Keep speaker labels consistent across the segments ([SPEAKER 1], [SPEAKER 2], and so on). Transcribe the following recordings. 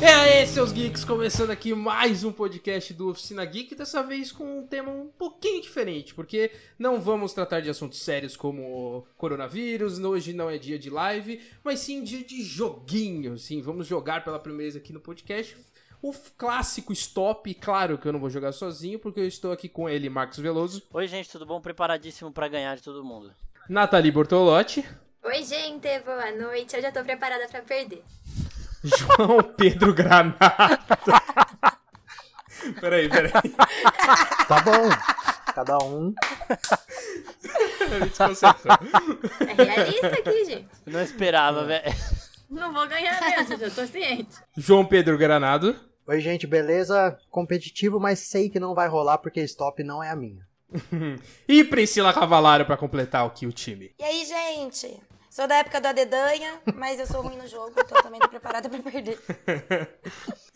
[SPEAKER 1] E aí, seus geeks, começando aqui mais um podcast do Oficina Geek, dessa vez com um tema um pouquinho diferente, porque não vamos tratar de assuntos sérios como o coronavírus, hoje não é dia de live, mas sim dia de joguinho, sim, vamos jogar pela primeira vez aqui no podcast. O f- clássico stop, claro que eu não vou jogar sozinho, porque eu estou aqui com ele, Marcos Veloso,
[SPEAKER 2] Oi, gente, tudo bom? Preparadíssimo pra ganhar de todo mundo.
[SPEAKER 1] Nathalie Bortolotti,
[SPEAKER 3] Oi, gente, boa noite. Eu já tô preparada pra perder.
[SPEAKER 1] João Pedro Granada. peraí, peraí.
[SPEAKER 4] Tá bom. Cada um.
[SPEAKER 1] Me desconcentrou.
[SPEAKER 3] É realista aqui, gente.
[SPEAKER 2] Eu Não
[SPEAKER 1] É.
[SPEAKER 2] esperava, velho.
[SPEAKER 3] Não vou ganhar mesmo, já tô ciente.
[SPEAKER 1] João Pedro Granado.
[SPEAKER 4] Oi, gente, beleza? Competitivo, mas sei que não vai rolar porque stop não é a minha.
[SPEAKER 1] E Priscila Cavalaro pra completar aqui o time.
[SPEAKER 5] E aí, gente? Sou da época do Adedanha, mas eu sou ruim no jogo, então eu também tô preparada pra perder.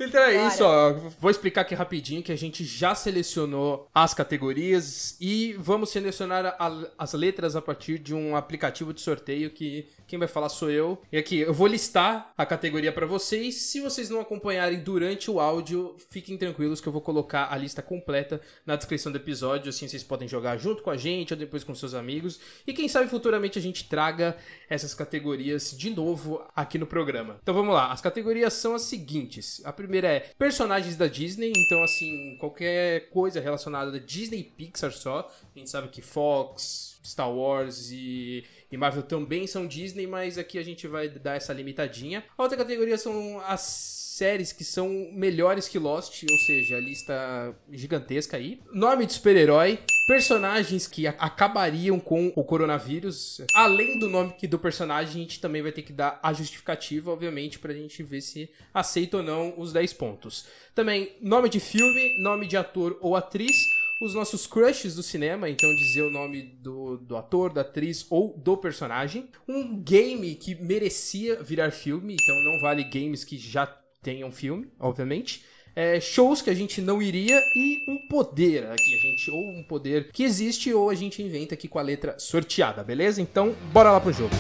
[SPEAKER 1] Então é isso, ó. Vou explicar aqui rapidinho que a gente já selecionou as categorias e vamos selecionar a- as letras a partir de um aplicativo de sorteio que quem vai falar sou eu. E aqui, eu vou listar a categoria pra vocês. Se vocês não acompanharem durante o áudio, fiquem tranquilos que eu vou colocar a lista completa na descrição do episódio. Assim vocês podem jogar junto com a gente ou depois com seus amigos. E quem sabe futuramente a gente traga essas categorias de novo aqui no programa. Então vamos lá, as categorias são as seguintes. A primeira é personagens da Disney, então assim, qualquer coisa relacionada a Disney e Pixar só. A gente sabe que Fox, Star Wars e, e Marvel também são Disney, mas aqui a gente vai dar essa limitadinha. A outra categoria são as séries que são melhores que Lost, ou seja, a lista gigantesca aí. Nome de super-herói, personagens que a- acabariam com o coronavírus. Além do nome que- do personagem, a gente também vai ter que dar a justificativa, obviamente, pra gente ver se aceita ou não os 10 pontos. Também nome de filme, nome de ator ou atriz os nossos crushes do cinema, então dizer o nome do, do ator, da atriz ou do personagem. Um game que merecia virar filme, então não vale games que já tenham filme, obviamente. É, shows que a gente não iria e um poder aqui, a gente, ou um poder que existe, ou a gente inventa aqui com a letra sorteada, beleza? Então, bora lá pro jogo.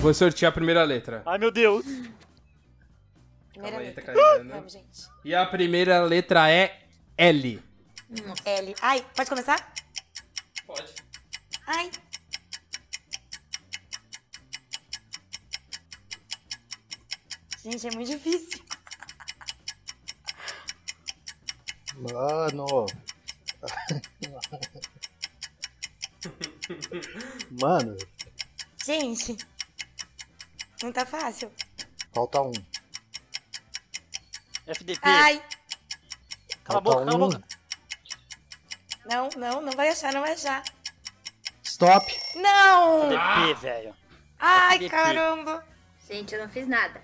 [SPEAKER 1] Vou sortear a primeira letra.
[SPEAKER 2] Ai, meu Deus.
[SPEAKER 5] Primeira
[SPEAKER 1] Calma aí,
[SPEAKER 5] letra.
[SPEAKER 1] tá carregando.
[SPEAKER 5] Vamos, gente.
[SPEAKER 1] E a primeira letra é L.
[SPEAKER 5] L. Ai, pode começar?
[SPEAKER 1] Pode.
[SPEAKER 5] Ai. Gente, é muito difícil.
[SPEAKER 4] Mano. Mano,
[SPEAKER 5] Gente, não tá fácil.
[SPEAKER 4] falta um.
[SPEAKER 2] FDP.
[SPEAKER 5] Ai.
[SPEAKER 2] Cala a
[SPEAKER 4] Falta
[SPEAKER 2] boca, cala a
[SPEAKER 4] um.
[SPEAKER 2] boca.
[SPEAKER 5] Não, não, não vai achar, não vai achar.
[SPEAKER 4] Stop.
[SPEAKER 5] Não!
[SPEAKER 2] FDP, velho.
[SPEAKER 5] Ai,
[SPEAKER 2] FDP.
[SPEAKER 5] caramba.
[SPEAKER 3] Gente, eu não fiz nada.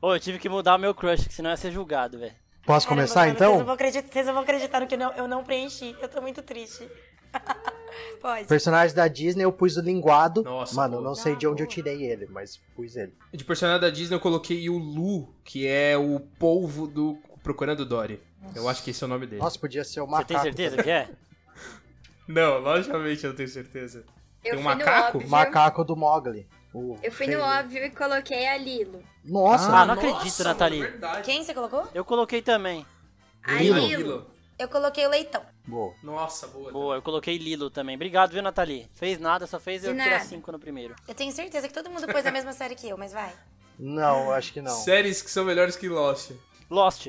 [SPEAKER 2] Ô, eu tive que mudar o meu crush, que senão ia ser julgado, velho.
[SPEAKER 4] Posso
[SPEAKER 5] Caramba,
[SPEAKER 4] começar
[SPEAKER 5] mano, Vocês não
[SPEAKER 4] então?
[SPEAKER 5] vão acreditar, vocês não vão acreditar no que eu não, eu não preenchi. Eu tô muito triste. Pode.
[SPEAKER 4] Personagem da Disney, eu pus o linguado.
[SPEAKER 1] Nossa,
[SPEAKER 4] Mano, eu
[SPEAKER 1] boa.
[SPEAKER 4] não sei de onde eu
[SPEAKER 5] Ah, boa.
[SPEAKER 4] tirei ele, mas pus ele.
[SPEAKER 1] De personagem da Disney eu coloquei o Lu, que é o polvo do Procurando Dory. Eu acho que esse é o nome dele.
[SPEAKER 4] Nossa, podia ser o
[SPEAKER 2] Você
[SPEAKER 4] macaco.
[SPEAKER 2] tem certeza que é?
[SPEAKER 1] Não, logicamente eu não tenho certeza.
[SPEAKER 3] Eu
[SPEAKER 1] Tem um
[SPEAKER 3] fui
[SPEAKER 1] macaco?
[SPEAKER 3] no óbvio.
[SPEAKER 4] Macaco do Mogli. O
[SPEAKER 3] Eu fui
[SPEAKER 4] feio.
[SPEAKER 3] no óbvio e coloquei a Lilo.
[SPEAKER 4] Nossa,
[SPEAKER 2] Ah, não acredito, Nathalie.
[SPEAKER 1] É verdade.
[SPEAKER 5] Quem você colocou?
[SPEAKER 2] Eu coloquei também.
[SPEAKER 3] A
[SPEAKER 4] Lilo.
[SPEAKER 3] Lilo.
[SPEAKER 5] Eu coloquei o leitão.
[SPEAKER 4] boa.
[SPEAKER 1] Nossa, boa.
[SPEAKER 2] Boa, eu coloquei Lilo também. Obrigado, viu, Nathalie? Fez nada, só fez eu
[SPEAKER 3] De
[SPEAKER 2] tirar
[SPEAKER 3] nada.
[SPEAKER 2] 5 no primeiro.
[SPEAKER 5] Eu tenho certeza que todo mundo pôs a mesma série que eu, mas vai.
[SPEAKER 4] Não, acho que não.
[SPEAKER 1] Séries que são melhores que Lost.
[SPEAKER 2] Lost.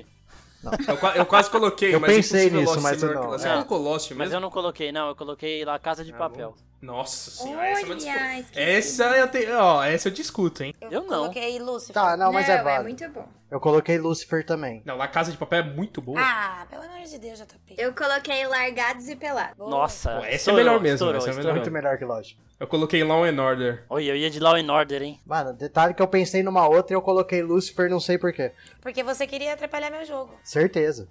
[SPEAKER 1] Eu, qua- eu quase coloquei,
[SPEAKER 4] Eu
[SPEAKER 1] mas
[SPEAKER 4] pensei
[SPEAKER 1] impossível
[SPEAKER 4] nisso,
[SPEAKER 1] Lost
[SPEAKER 4] mas
[SPEAKER 1] ser melhor
[SPEAKER 4] não.
[SPEAKER 1] que Lost.
[SPEAKER 2] É.
[SPEAKER 1] Você colocou Lost mesmo?
[SPEAKER 2] Mas eu não coloquei, não. Eu coloquei lá Casa de
[SPEAKER 1] Ah,
[SPEAKER 2] Papel.
[SPEAKER 1] Nossa senhora, essa é uma disputa.
[SPEAKER 3] Olha, esqueci.
[SPEAKER 1] Essa eu tenho. Ó, essa eu discuto, hein?
[SPEAKER 2] Eu não.
[SPEAKER 5] Coloquei Lúcifer.
[SPEAKER 4] Tá, não, mas é válido.
[SPEAKER 3] muito bom.
[SPEAKER 4] Eu coloquei Lucifer também.
[SPEAKER 1] Não, La Casa de Papel é muito boa.
[SPEAKER 5] Ah, pelo amor de Deus, JP.
[SPEAKER 3] Eu coloquei largados e pelados.
[SPEAKER 5] Boa.
[SPEAKER 2] Nossa.
[SPEAKER 1] Pô, essa é
[SPEAKER 2] estourou,
[SPEAKER 1] melhor mesmo,
[SPEAKER 2] estourou,
[SPEAKER 1] essa é melhor.
[SPEAKER 2] estourou.
[SPEAKER 4] Muito melhor que Lost.
[SPEAKER 1] Eu coloquei Law and Order.
[SPEAKER 2] Olha, eu ia de Law and Order, hein?
[SPEAKER 4] Mano, detalhe que eu pensei numa outra e eu coloquei Lucifer, não sei porquê.
[SPEAKER 5] Porque você queria atrapalhar meu jogo.
[SPEAKER 4] Certeza.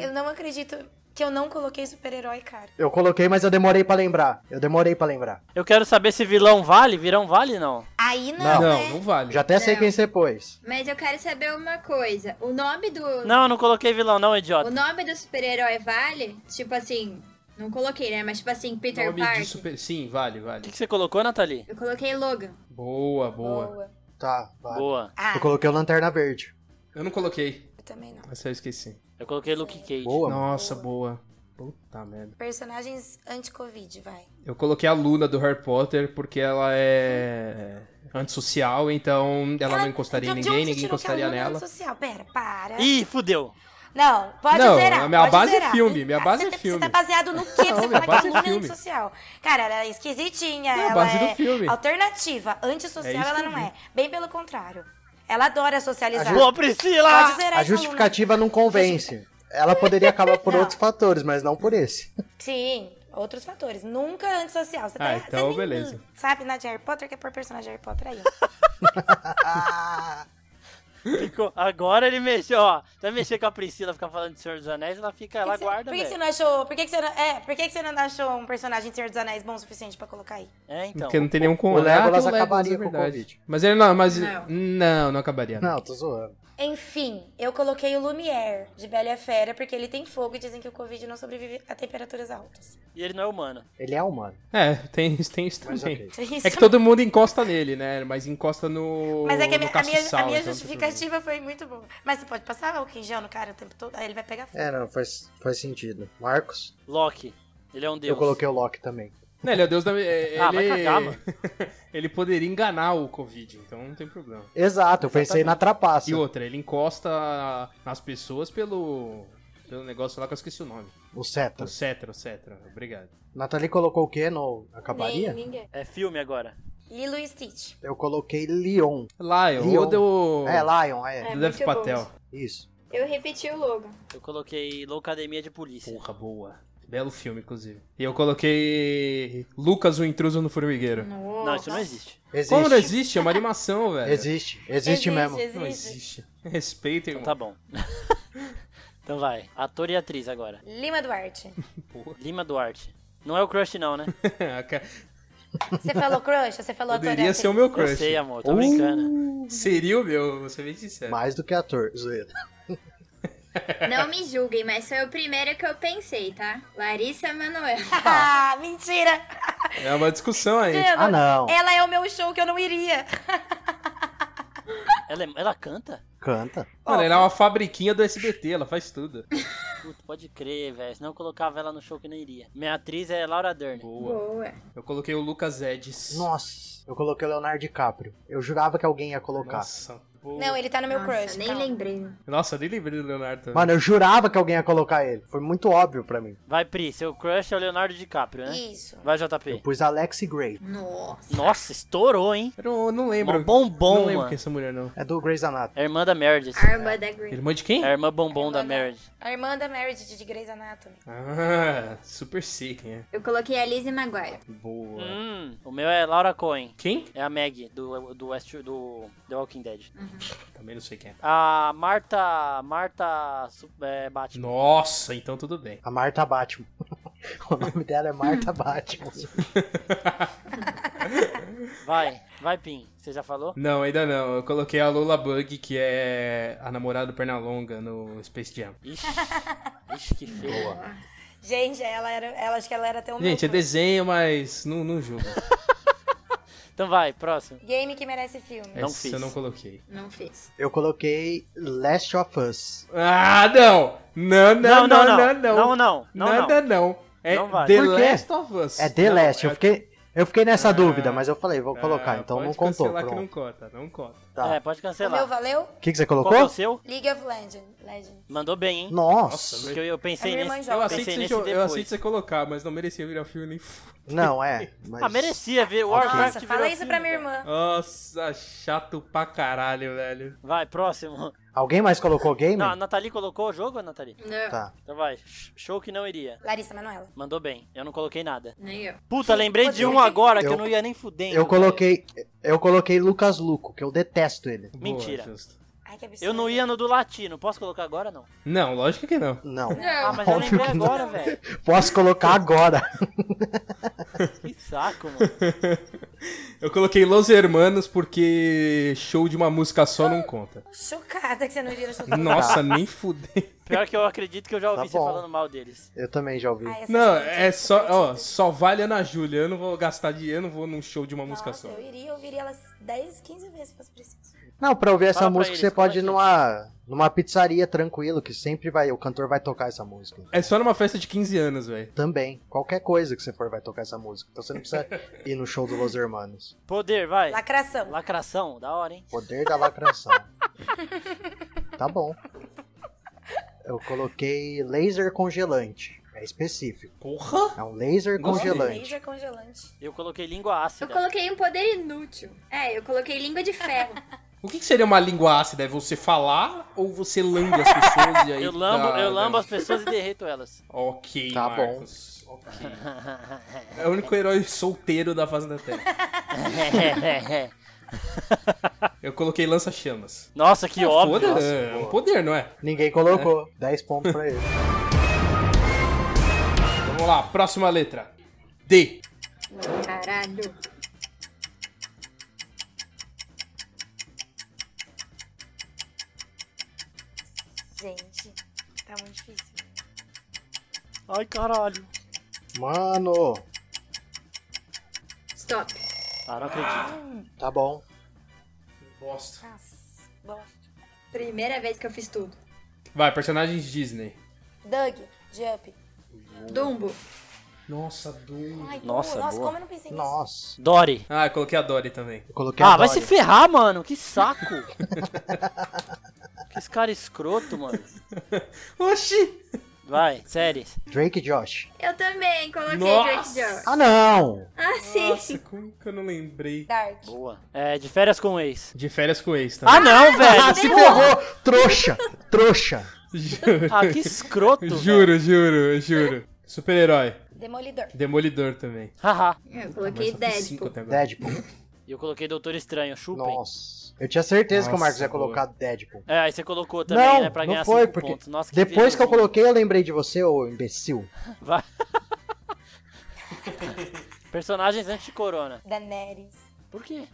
[SPEAKER 5] Eu não acredito que eu não coloquei super-herói, cara.
[SPEAKER 4] Eu coloquei, mas eu demorei pra lembrar. Eu demorei pra lembrar.
[SPEAKER 2] Eu quero saber se vilão vale, virão vale não.
[SPEAKER 5] Aí
[SPEAKER 1] Não,
[SPEAKER 5] não, né?
[SPEAKER 1] não, vale.
[SPEAKER 4] Já até sei
[SPEAKER 3] Não.
[SPEAKER 4] quem você pôs.
[SPEAKER 3] Mas eu quero saber uma coisa. O nome do.
[SPEAKER 2] Não, eu não coloquei vilão não,
[SPEAKER 3] O
[SPEAKER 2] idiota.
[SPEAKER 3] nome do super-herói vale? Tipo assim. Não coloquei, né? Mas tipo assim, Peter
[SPEAKER 1] Nome
[SPEAKER 3] Parker.
[SPEAKER 1] de super... Sim, vale,
[SPEAKER 2] O que,
[SPEAKER 1] vale.
[SPEAKER 2] que você colocou, Nathalie?
[SPEAKER 3] Eu coloquei Logan.
[SPEAKER 1] Boa, boa,
[SPEAKER 4] Tá, vai.
[SPEAKER 2] Boa.
[SPEAKER 5] Ah,
[SPEAKER 4] Eu coloquei o Lanterna Verde.
[SPEAKER 1] Eu não coloquei.
[SPEAKER 5] eu também não.
[SPEAKER 1] Essa eu esqueci.
[SPEAKER 2] Eu coloquei Luke Cage.
[SPEAKER 4] Boa, mano.
[SPEAKER 1] Nossa, boa. Puta merda.
[SPEAKER 5] Personagens anti-Covid, vai.
[SPEAKER 1] Eu coloquei a Luna do Harry Potter porque ela é antissocial, então ela não encostaria em
[SPEAKER 5] de- de
[SPEAKER 1] ninguém,
[SPEAKER 5] onde você
[SPEAKER 1] ninguém
[SPEAKER 5] tirou que a
[SPEAKER 1] encostaria
[SPEAKER 5] Luna é
[SPEAKER 1] nela.
[SPEAKER 5] Social? Pera, para.
[SPEAKER 2] Ih, fudeu.
[SPEAKER 5] Não, pode
[SPEAKER 1] Não,
[SPEAKER 5] zerar.
[SPEAKER 1] a minha
[SPEAKER 5] pode
[SPEAKER 1] base é
[SPEAKER 5] zerar.
[SPEAKER 1] filme, minha
[SPEAKER 5] Ah,
[SPEAKER 1] base
[SPEAKER 5] você
[SPEAKER 1] é
[SPEAKER 5] tá-
[SPEAKER 1] filme.
[SPEAKER 5] Você tá baseado no quê?
[SPEAKER 1] Não,
[SPEAKER 5] Você
[SPEAKER 1] minha
[SPEAKER 5] fala que a
[SPEAKER 1] base é
[SPEAKER 5] Luna é
[SPEAKER 1] filme.
[SPEAKER 5] antissocial. Cara, ela é esquisitinha,
[SPEAKER 1] Não,
[SPEAKER 5] ela
[SPEAKER 1] base do
[SPEAKER 5] é
[SPEAKER 1] filme.
[SPEAKER 5] alternativa, antissocial
[SPEAKER 1] É isso
[SPEAKER 5] ela
[SPEAKER 1] que eu
[SPEAKER 5] não
[SPEAKER 1] vi.
[SPEAKER 5] é. Bem pelo contrário. Ela adora socializar.
[SPEAKER 2] Boa, Priscila!
[SPEAKER 5] Pode zerar
[SPEAKER 4] A
[SPEAKER 5] essa Luna.
[SPEAKER 4] justificativa não convence. Ela poderia acabar por
[SPEAKER 5] Não.
[SPEAKER 4] outros fatores, mas não por esse.
[SPEAKER 5] Sim, outros fatores. Nunca antissocial. Você
[SPEAKER 1] Ah,
[SPEAKER 5] tá,
[SPEAKER 1] então
[SPEAKER 5] você nem
[SPEAKER 1] beleza.
[SPEAKER 5] Sabe, na de Harry Potter, quer pôr personagem de Harry Potter aí. Ah.
[SPEAKER 2] Ficou- Agora ele mexeu, ó. Vai mexer com a Priscila, ficar falando de Senhor dos Anéis, ela fica, ela
[SPEAKER 5] Por que que você-
[SPEAKER 2] guarda,
[SPEAKER 5] por que, que você
[SPEAKER 2] velho.
[SPEAKER 5] não achou... Por que, que você não... É, por que, que você não achou um personagem de Senhor dos Anéis bom o suficiente pra colocar aí?
[SPEAKER 2] É, então.
[SPEAKER 1] Porque não tem nenhum com
[SPEAKER 4] o Legolas
[SPEAKER 1] tem o
[SPEAKER 4] acabaria
[SPEAKER 1] é
[SPEAKER 4] com o
[SPEAKER 1] verdade.
[SPEAKER 4] Covid.
[SPEAKER 1] Mas ele não, mas.
[SPEAKER 3] Não.
[SPEAKER 1] Não, não acabaria. não.
[SPEAKER 4] Não, tô zoando.
[SPEAKER 5] Enfim, eu coloquei o Lumière de Bela e a Fera porque ele tem fogo e dizem que o Covid não sobrevive a temperaturas altas.
[SPEAKER 2] E ele não é humano.
[SPEAKER 4] Ele é humano.
[SPEAKER 1] É, tem, tem isso também.
[SPEAKER 4] Mas ok.
[SPEAKER 5] Isso.
[SPEAKER 1] É que todo mundo encosta nele, né? Mas encosta no.
[SPEAKER 5] Mas é que a
[SPEAKER 1] no
[SPEAKER 5] minha, a minha- a
[SPEAKER 1] castiçal,
[SPEAKER 5] minha
[SPEAKER 1] então,
[SPEAKER 5] justificativa foi muito boa. Mas você pode passar o quinjão no cara o tempo todo, aí ele vai pegar fogo.
[SPEAKER 4] É, não, faz, faz sentido. Marcos,
[SPEAKER 2] Loki. Ele é um deus.
[SPEAKER 4] eu coloquei o Loki também.
[SPEAKER 1] Não, ele é o deus da. é-
[SPEAKER 2] Ah, vai
[SPEAKER 1] ele...
[SPEAKER 2] cagar, mano.
[SPEAKER 1] ele poderia enganar o Covid, então não tem problema.
[SPEAKER 4] Exato, eu pensei na trapaça.
[SPEAKER 1] E outra, ele encosta nas pessoas pelo. pelo negócio lá que eu esqueci o nome.
[SPEAKER 4] O Cetro.
[SPEAKER 1] O Cetra, o Cetra. Obrigado.
[SPEAKER 4] Nathalie colocou o quê no Acabaria?
[SPEAKER 3] Nem- ninguém.
[SPEAKER 2] É filme agora.
[SPEAKER 5] Lilo e Stitch.
[SPEAKER 4] Eu coloquei Leon.
[SPEAKER 1] Lion,
[SPEAKER 4] Leon.
[SPEAKER 1] ou do.
[SPEAKER 4] É, Lion, é.
[SPEAKER 3] É.
[SPEAKER 1] do
[SPEAKER 3] muito
[SPEAKER 1] Dev
[SPEAKER 3] bom
[SPEAKER 1] Patel.
[SPEAKER 4] Isso.
[SPEAKER 3] isso. Eu repeti o Logan.
[SPEAKER 2] Eu coloquei Loucademia de Polícia.
[SPEAKER 1] Porra, boa. Belo filme, inclusive. E eu coloquei. Lucas, o intruso no formigueiro.
[SPEAKER 2] Não, isso não existe.
[SPEAKER 4] Existe.
[SPEAKER 1] Como não existe? É uma animação, velho.
[SPEAKER 4] Existe, existe, mesmo.
[SPEAKER 1] Não existe. Respeitem,
[SPEAKER 2] Então tá bom. então vai. Ator e atriz agora.
[SPEAKER 5] Lima Duarte.
[SPEAKER 2] Lima Duarte. Não é o crush não, né?
[SPEAKER 5] Você falou crush? Você falou ator e
[SPEAKER 1] Poderia ser um o
[SPEAKER 5] atriz?
[SPEAKER 1] meu
[SPEAKER 2] Eu
[SPEAKER 1] crush.
[SPEAKER 2] sei, amor. Tô brincando.
[SPEAKER 1] Seria o meu, vou ser bem sincero.
[SPEAKER 4] Mais do que ator, zoeira.
[SPEAKER 3] Não me julguem, mas foi o primeiro que eu pensei, tá? Larissa Manoel.
[SPEAKER 5] Ah, mentira!
[SPEAKER 1] É uma discussão aí.
[SPEAKER 5] Ela-
[SPEAKER 4] Ah, não.
[SPEAKER 5] Ela é o meu show que eu não iria.
[SPEAKER 2] Ela, é- ela canta?
[SPEAKER 4] Canta.
[SPEAKER 1] Mano, ela é uma fabriquinha do SBT, ela faz tudo.
[SPEAKER 2] Puta, pode crer, velho. Senão eu colocava ela no show que não iria. Minha atriz é Laura Dern.
[SPEAKER 1] Boa.
[SPEAKER 3] Boa.
[SPEAKER 1] Eu coloquei o Lucas Edis.
[SPEAKER 4] Nossa, eu coloquei o Leonardo DiCaprio. Eu jurava que alguém ia colocar.
[SPEAKER 1] Nossa, boa.
[SPEAKER 5] Não, ele tá no meu
[SPEAKER 3] Nossa,
[SPEAKER 5] crush.
[SPEAKER 3] nem
[SPEAKER 5] calma.
[SPEAKER 3] lembrei.
[SPEAKER 1] Nossa, nem lembrei do Leonardo. também.
[SPEAKER 4] Mano, eu jurava que alguém ia colocar ele. Foi muito óbvio pra mim.
[SPEAKER 2] Vai, Pri. Seu crush é o Leonardo DiCaprio, né?
[SPEAKER 5] Isso.
[SPEAKER 2] Vai,
[SPEAKER 4] Eu
[SPEAKER 2] JP.
[SPEAKER 4] pus Alex Gray.
[SPEAKER 3] Nossa.
[SPEAKER 2] Nossa, estourou, hein?
[SPEAKER 1] Eu não, não lembro.
[SPEAKER 2] Mó bombom,
[SPEAKER 1] Não lembro
[SPEAKER 2] mano.
[SPEAKER 1] quem é essa mulher, não.
[SPEAKER 4] É do Grey's Anatomy.
[SPEAKER 2] É a irmã da Meredith.
[SPEAKER 3] Arma da Green.
[SPEAKER 1] Irmã de quem?
[SPEAKER 2] É a irmã bombom da
[SPEAKER 5] Irmã da-
[SPEAKER 2] Meredith.
[SPEAKER 5] A irmã da Meredith de Grey's Anatomy.
[SPEAKER 1] Ah, super sick, né?
[SPEAKER 3] Eu coloquei a Lizzie Maguire.
[SPEAKER 1] Boa.
[SPEAKER 2] Hum, o meu é Laura Cohen.
[SPEAKER 1] Quem?
[SPEAKER 2] É a Maggie, do, do, West, do The Walking Dead.
[SPEAKER 1] Também não sei quem é.
[SPEAKER 2] A Marta... Marta... Su- É, Batman.
[SPEAKER 1] Nossa, então tudo bem.
[SPEAKER 4] A Marta Batman. o nome dela é Marta Batman.
[SPEAKER 2] Vai, vai, Pim. Você já falou?
[SPEAKER 1] Não, ainda não. Eu coloquei a Lola Bug, que é a namorada do Pernalonga no Space Jam.
[SPEAKER 2] Ixi, ixi que feio.
[SPEAKER 5] Gente, ela era. Ela acho que ela era até um.
[SPEAKER 1] Gente, é
[SPEAKER 5] meu crush.
[SPEAKER 1] desenho, mas não, não julgo.
[SPEAKER 2] Então vai, próximo.
[SPEAKER 5] Game que merece filme.
[SPEAKER 2] Não
[SPEAKER 1] Essa
[SPEAKER 2] fiz.
[SPEAKER 1] eu não coloquei.
[SPEAKER 3] Não fiz.
[SPEAKER 4] Eu coloquei Last of Us.
[SPEAKER 1] Ah, não! Não, não, não, não, não.
[SPEAKER 2] Não, não, não, não.
[SPEAKER 1] Nada não. É
[SPEAKER 2] Não vale.
[SPEAKER 1] The
[SPEAKER 4] Por quê?
[SPEAKER 1] Last of Us.
[SPEAKER 4] É The
[SPEAKER 1] Não,
[SPEAKER 4] Last.
[SPEAKER 1] é-
[SPEAKER 4] Eu fiquei, eu fiquei nessa
[SPEAKER 1] Ah,
[SPEAKER 4] dúvida, mas eu falei, vou
[SPEAKER 1] Ah,
[SPEAKER 4] colocar. então
[SPEAKER 1] pode
[SPEAKER 4] não contou.
[SPEAKER 1] cancelar que
[SPEAKER 4] Pronto.
[SPEAKER 1] não conta, não conta.
[SPEAKER 4] Tá.
[SPEAKER 2] É, pode
[SPEAKER 5] O meu
[SPEAKER 2] cancelar.
[SPEAKER 5] valeu?
[SPEAKER 4] O que, que você
[SPEAKER 2] Qual que é o
[SPEAKER 4] colocou?
[SPEAKER 2] seu?
[SPEAKER 5] League of Legends. Legend.
[SPEAKER 2] Mandou bem, hein?
[SPEAKER 4] Nossa.
[SPEAKER 1] Nossa,
[SPEAKER 2] Porque eu, eu pensei
[SPEAKER 5] A É minha irmã
[SPEAKER 2] nesse,
[SPEAKER 5] joga.
[SPEAKER 1] Eu
[SPEAKER 5] Eu
[SPEAKER 1] aceito,
[SPEAKER 2] Então, pensei
[SPEAKER 1] você,
[SPEAKER 2] nesse
[SPEAKER 1] jo-
[SPEAKER 2] depois.
[SPEAKER 1] eu aceito você colocar, mas não merecia virar um filme nem. f-
[SPEAKER 4] Não, é. Mas...
[SPEAKER 2] Ah, merecia ver Warcraft
[SPEAKER 5] Nossa,
[SPEAKER 2] virou
[SPEAKER 5] fala isso
[SPEAKER 2] filme,
[SPEAKER 5] pra minha
[SPEAKER 2] cara.
[SPEAKER 5] irmã.
[SPEAKER 1] Nossa, chato pra caralho, velho.
[SPEAKER 2] Vai, próximo.
[SPEAKER 4] Alguém mais colocou game?
[SPEAKER 2] Não, a Nathalie colocou o jogo, Nathalie?
[SPEAKER 3] Não,
[SPEAKER 4] Tá.
[SPEAKER 2] Então vai, sh- show que não iria.
[SPEAKER 5] Larissa Manoela.
[SPEAKER 2] Mandou bem, eu não coloquei nada.
[SPEAKER 3] nem eu.
[SPEAKER 2] Puta, lembrei de
[SPEAKER 5] Eu-
[SPEAKER 2] um agora que eu
[SPEAKER 4] eu-
[SPEAKER 2] não ia nem fudendo.
[SPEAKER 4] Eu
[SPEAKER 2] velho.
[SPEAKER 4] coloquei. Eu coloquei Lucas Luco, que eu detesto ele.
[SPEAKER 2] Mentira.
[SPEAKER 1] Boa, justo.
[SPEAKER 5] Ai, que absurdo.
[SPEAKER 2] Eu não ia no do latino, posso colocar agora não?
[SPEAKER 1] Não, lógico que não.
[SPEAKER 4] Não.
[SPEAKER 2] Ah,
[SPEAKER 3] Não,
[SPEAKER 2] mas eu
[SPEAKER 4] Óbvio
[SPEAKER 2] lembrei
[SPEAKER 4] que não.
[SPEAKER 2] agora, velho.
[SPEAKER 4] Posso colocar agora.
[SPEAKER 2] Que saco, mano.
[SPEAKER 1] Eu coloquei Los Hermanos porque show de uma música só não conta.
[SPEAKER 5] Chocada que você não iria no show do
[SPEAKER 1] Nossa, nem fudei.
[SPEAKER 2] Pior que eu acredito que eu já ouvi
[SPEAKER 4] Tá
[SPEAKER 2] você
[SPEAKER 4] bom.
[SPEAKER 2] falando mal deles.
[SPEAKER 4] Eu também já ouvi.
[SPEAKER 5] Ai, essa
[SPEAKER 1] Não,
[SPEAKER 5] gente,
[SPEAKER 1] é
[SPEAKER 5] eu
[SPEAKER 1] só, ó,
[SPEAKER 5] acredito.
[SPEAKER 1] só vale Ana Júlia. Eu não vou gastar dinheiro, eu não vou num show de uma música
[SPEAKER 5] Nossa,
[SPEAKER 1] só.
[SPEAKER 5] eu iria ouvir elas 10, 15 vezes se fosse preciso.
[SPEAKER 4] Não, pra ouvir essa
[SPEAKER 2] Fala pra
[SPEAKER 4] música
[SPEAKER 2] eles,
[SPEAKER 4] você
[SPEAKER 2] fala
[SPEAKER 4] pode ir
[SPEAKER 2] aqui.
[SPEAKER 4] numa, numa pizzaria tranquilo, que sempre vai. O cantor vai tocar essa música.
[SPEAKER 1] É só numa festa de 15 anos, velho.
[SPEAKER 4] Também. Qualquer coisa que você for vai tocar essa música. Então você não precisa ir no show do Los Hermanos.
[SPEAKER 2] Poder, vai.
[SPEAKER 5] Lacração.
[SPEAKER 2] Lacração, da hora, hein?
[SPEAKER 4] Poder da lacração. tá bom. Eu coloquei laser congelante. É específico.
[SPEAKER 1] Porra!
[SPEAKER 4] É um laser
[SPEAKER 1] Gostei.
[SPEAKER 4] congelante.
[SPEAKER 5] Laser congelante.
[SPEAKER 2] Eu coloquei língua
[SPEAKER 3] Eu
[SPEAKER 2] ácida.
[SPEAKER 3] coloquei um poder inútil. É, eu coloquei língua de ferro.
[SPEAKER 1] O que, que seria uma língua ácida? É você falar ou você lambe as pessoas e aí.
[SPEAKER 2] Eu lambo,
[SPEAKER 1] fica-
[SPEAKER 2] eu lambo as pessoas e derreto elas.
[SPEAKER 1] Ok,
[SPEAKER 4] Tá bom.
[SPEAKER 1] Marcos. Ok. É o único herói solteiro da face da Terra. Eu coloquei lança-chamas.
[SPEAKER 2] Nossa,
[SPEAKER 4] Ah,
[SPEAKER 2] que óbvio.
[SPEAKER 1] Foda, é um poder, não é?
[SPEAKER 4] Ninguém colocou. 10 pontos pra ele.
[SPEAKER 1] Vamos lá, próxima letra. D.
[SPEAKER 3] Caralho.
[SPEAKER 5] Gente, tá muito difícil.
[SPEAKER 2] Ai, caralho.
[SPEAKER 4] Mano,
[SPEAKER 3] Stop.
[SPEAKER 2] Ah, não acredito.
[SPEAKER 4] tá bom.
[SPEAKER 1] Bosta.
[SPEAKER 5] Nossa, bosta.
[SPEAKER 3] Primeira vez que eu fiz tudo.
[SPEAKER 1] Vai, personagens Disney.
[SPEAKER 5] Doug, Jump.
[SPEAKER 3] Dumbo.
[SPEAKER 1] Nossa, doido.
[SPEAKER 5] Ai,
[SPEAKER 2] Nossa,
[SPEAKER 5] pô, nossa
[SPEAKER 2] boa.
[SPEAKER 5] como eu não pensei nisso?
[SPEAKER 4] Nossa.
[SPEAKER 2] Dory.
[SPEAKER 1] Ah, eu coloquei a Dory também.
[SPEAKER 4] Eu coloquei
[SPEAKER 2] Ah,
[SPEAKER 4] a
[SPEAKER 2] vai
[SPEAKER 4] Dory.
[SPEAKER 2] se ferrar, mano. Que saco. que esse cara escroto, mano.
[SPEAKER 1] Oxi!
[SPEAKER 2] Vai, séries.
[SPEAKER 4] Drake e Josh.
[SPEAKER 3] Eu também coloquei
[SPEAKER 1] Nossa.
[SPEAKER 3] Drake Jones.
[SPEAKER 4] Ah, não!
[SPEAKER 3] Ah, sim.
[SPEAKER 1] Nossa, como que eu não lembrei?
[SPEAKER 5] Dark.
[SPEAKER 2] Boa. É, de férias com o ex.
[SPEAKER 1] De férias com o ex, tá?
[SPEAKER 2] Ah, não,
[SPEAKER 4] Ah,
[SPEAKER 2] velho.
[SPEAKER 4] se ferrou! Trouxa! Trouxa!
[SPEAKER 1] Juro.
[SPEAKER 2] Ah, que escroto. velho.
[SPEAKER 1] juro, juro, juro. Super-herói.
[SPEAKER 5] Demolidor.
[SPEAKER 1] Demolidor também.
[SPEAKER 2] Haha.
[SPEAKER 3] Eu coloquei
[SPEAKER 1] Mas tá só fiz cinco
[SPEAKER 3] Deadpool.
[SPEAKER 1] até agora.
[SPEAKER 4] Deadpool.
[SPEAKER 2] E eu coloquei Doutor Estranho. Chupem.
[SPEAKER 4] Nossa. Eu tinha certeza que o Marcos ia
[SPEAKER 1] Nossa, boa.
[SPEAKER 4] colocar Deadpool.
[SPEAKER 2] É, aí você colocou também,
[SPEAKER 4] não,
[SPEAKER 2] né? Pra ganhar
[SPEAKER 4] não foi,
[SPEAKER 2] cinco
[SPEAKER 4] porque
[SPEAKER 2] pontos. Nossa, que
[SPEAKER 4] depois que eu
[SPEAKER 2] vilãozinho.
[SPEAKER 4] coloquei eu lembrei de você, ô imbecil.
[SPEAKER 2] Vai. Personagens anti-corona.
[SPEAKER 5] Daenerys.
[SPEAKER 2] Por quê?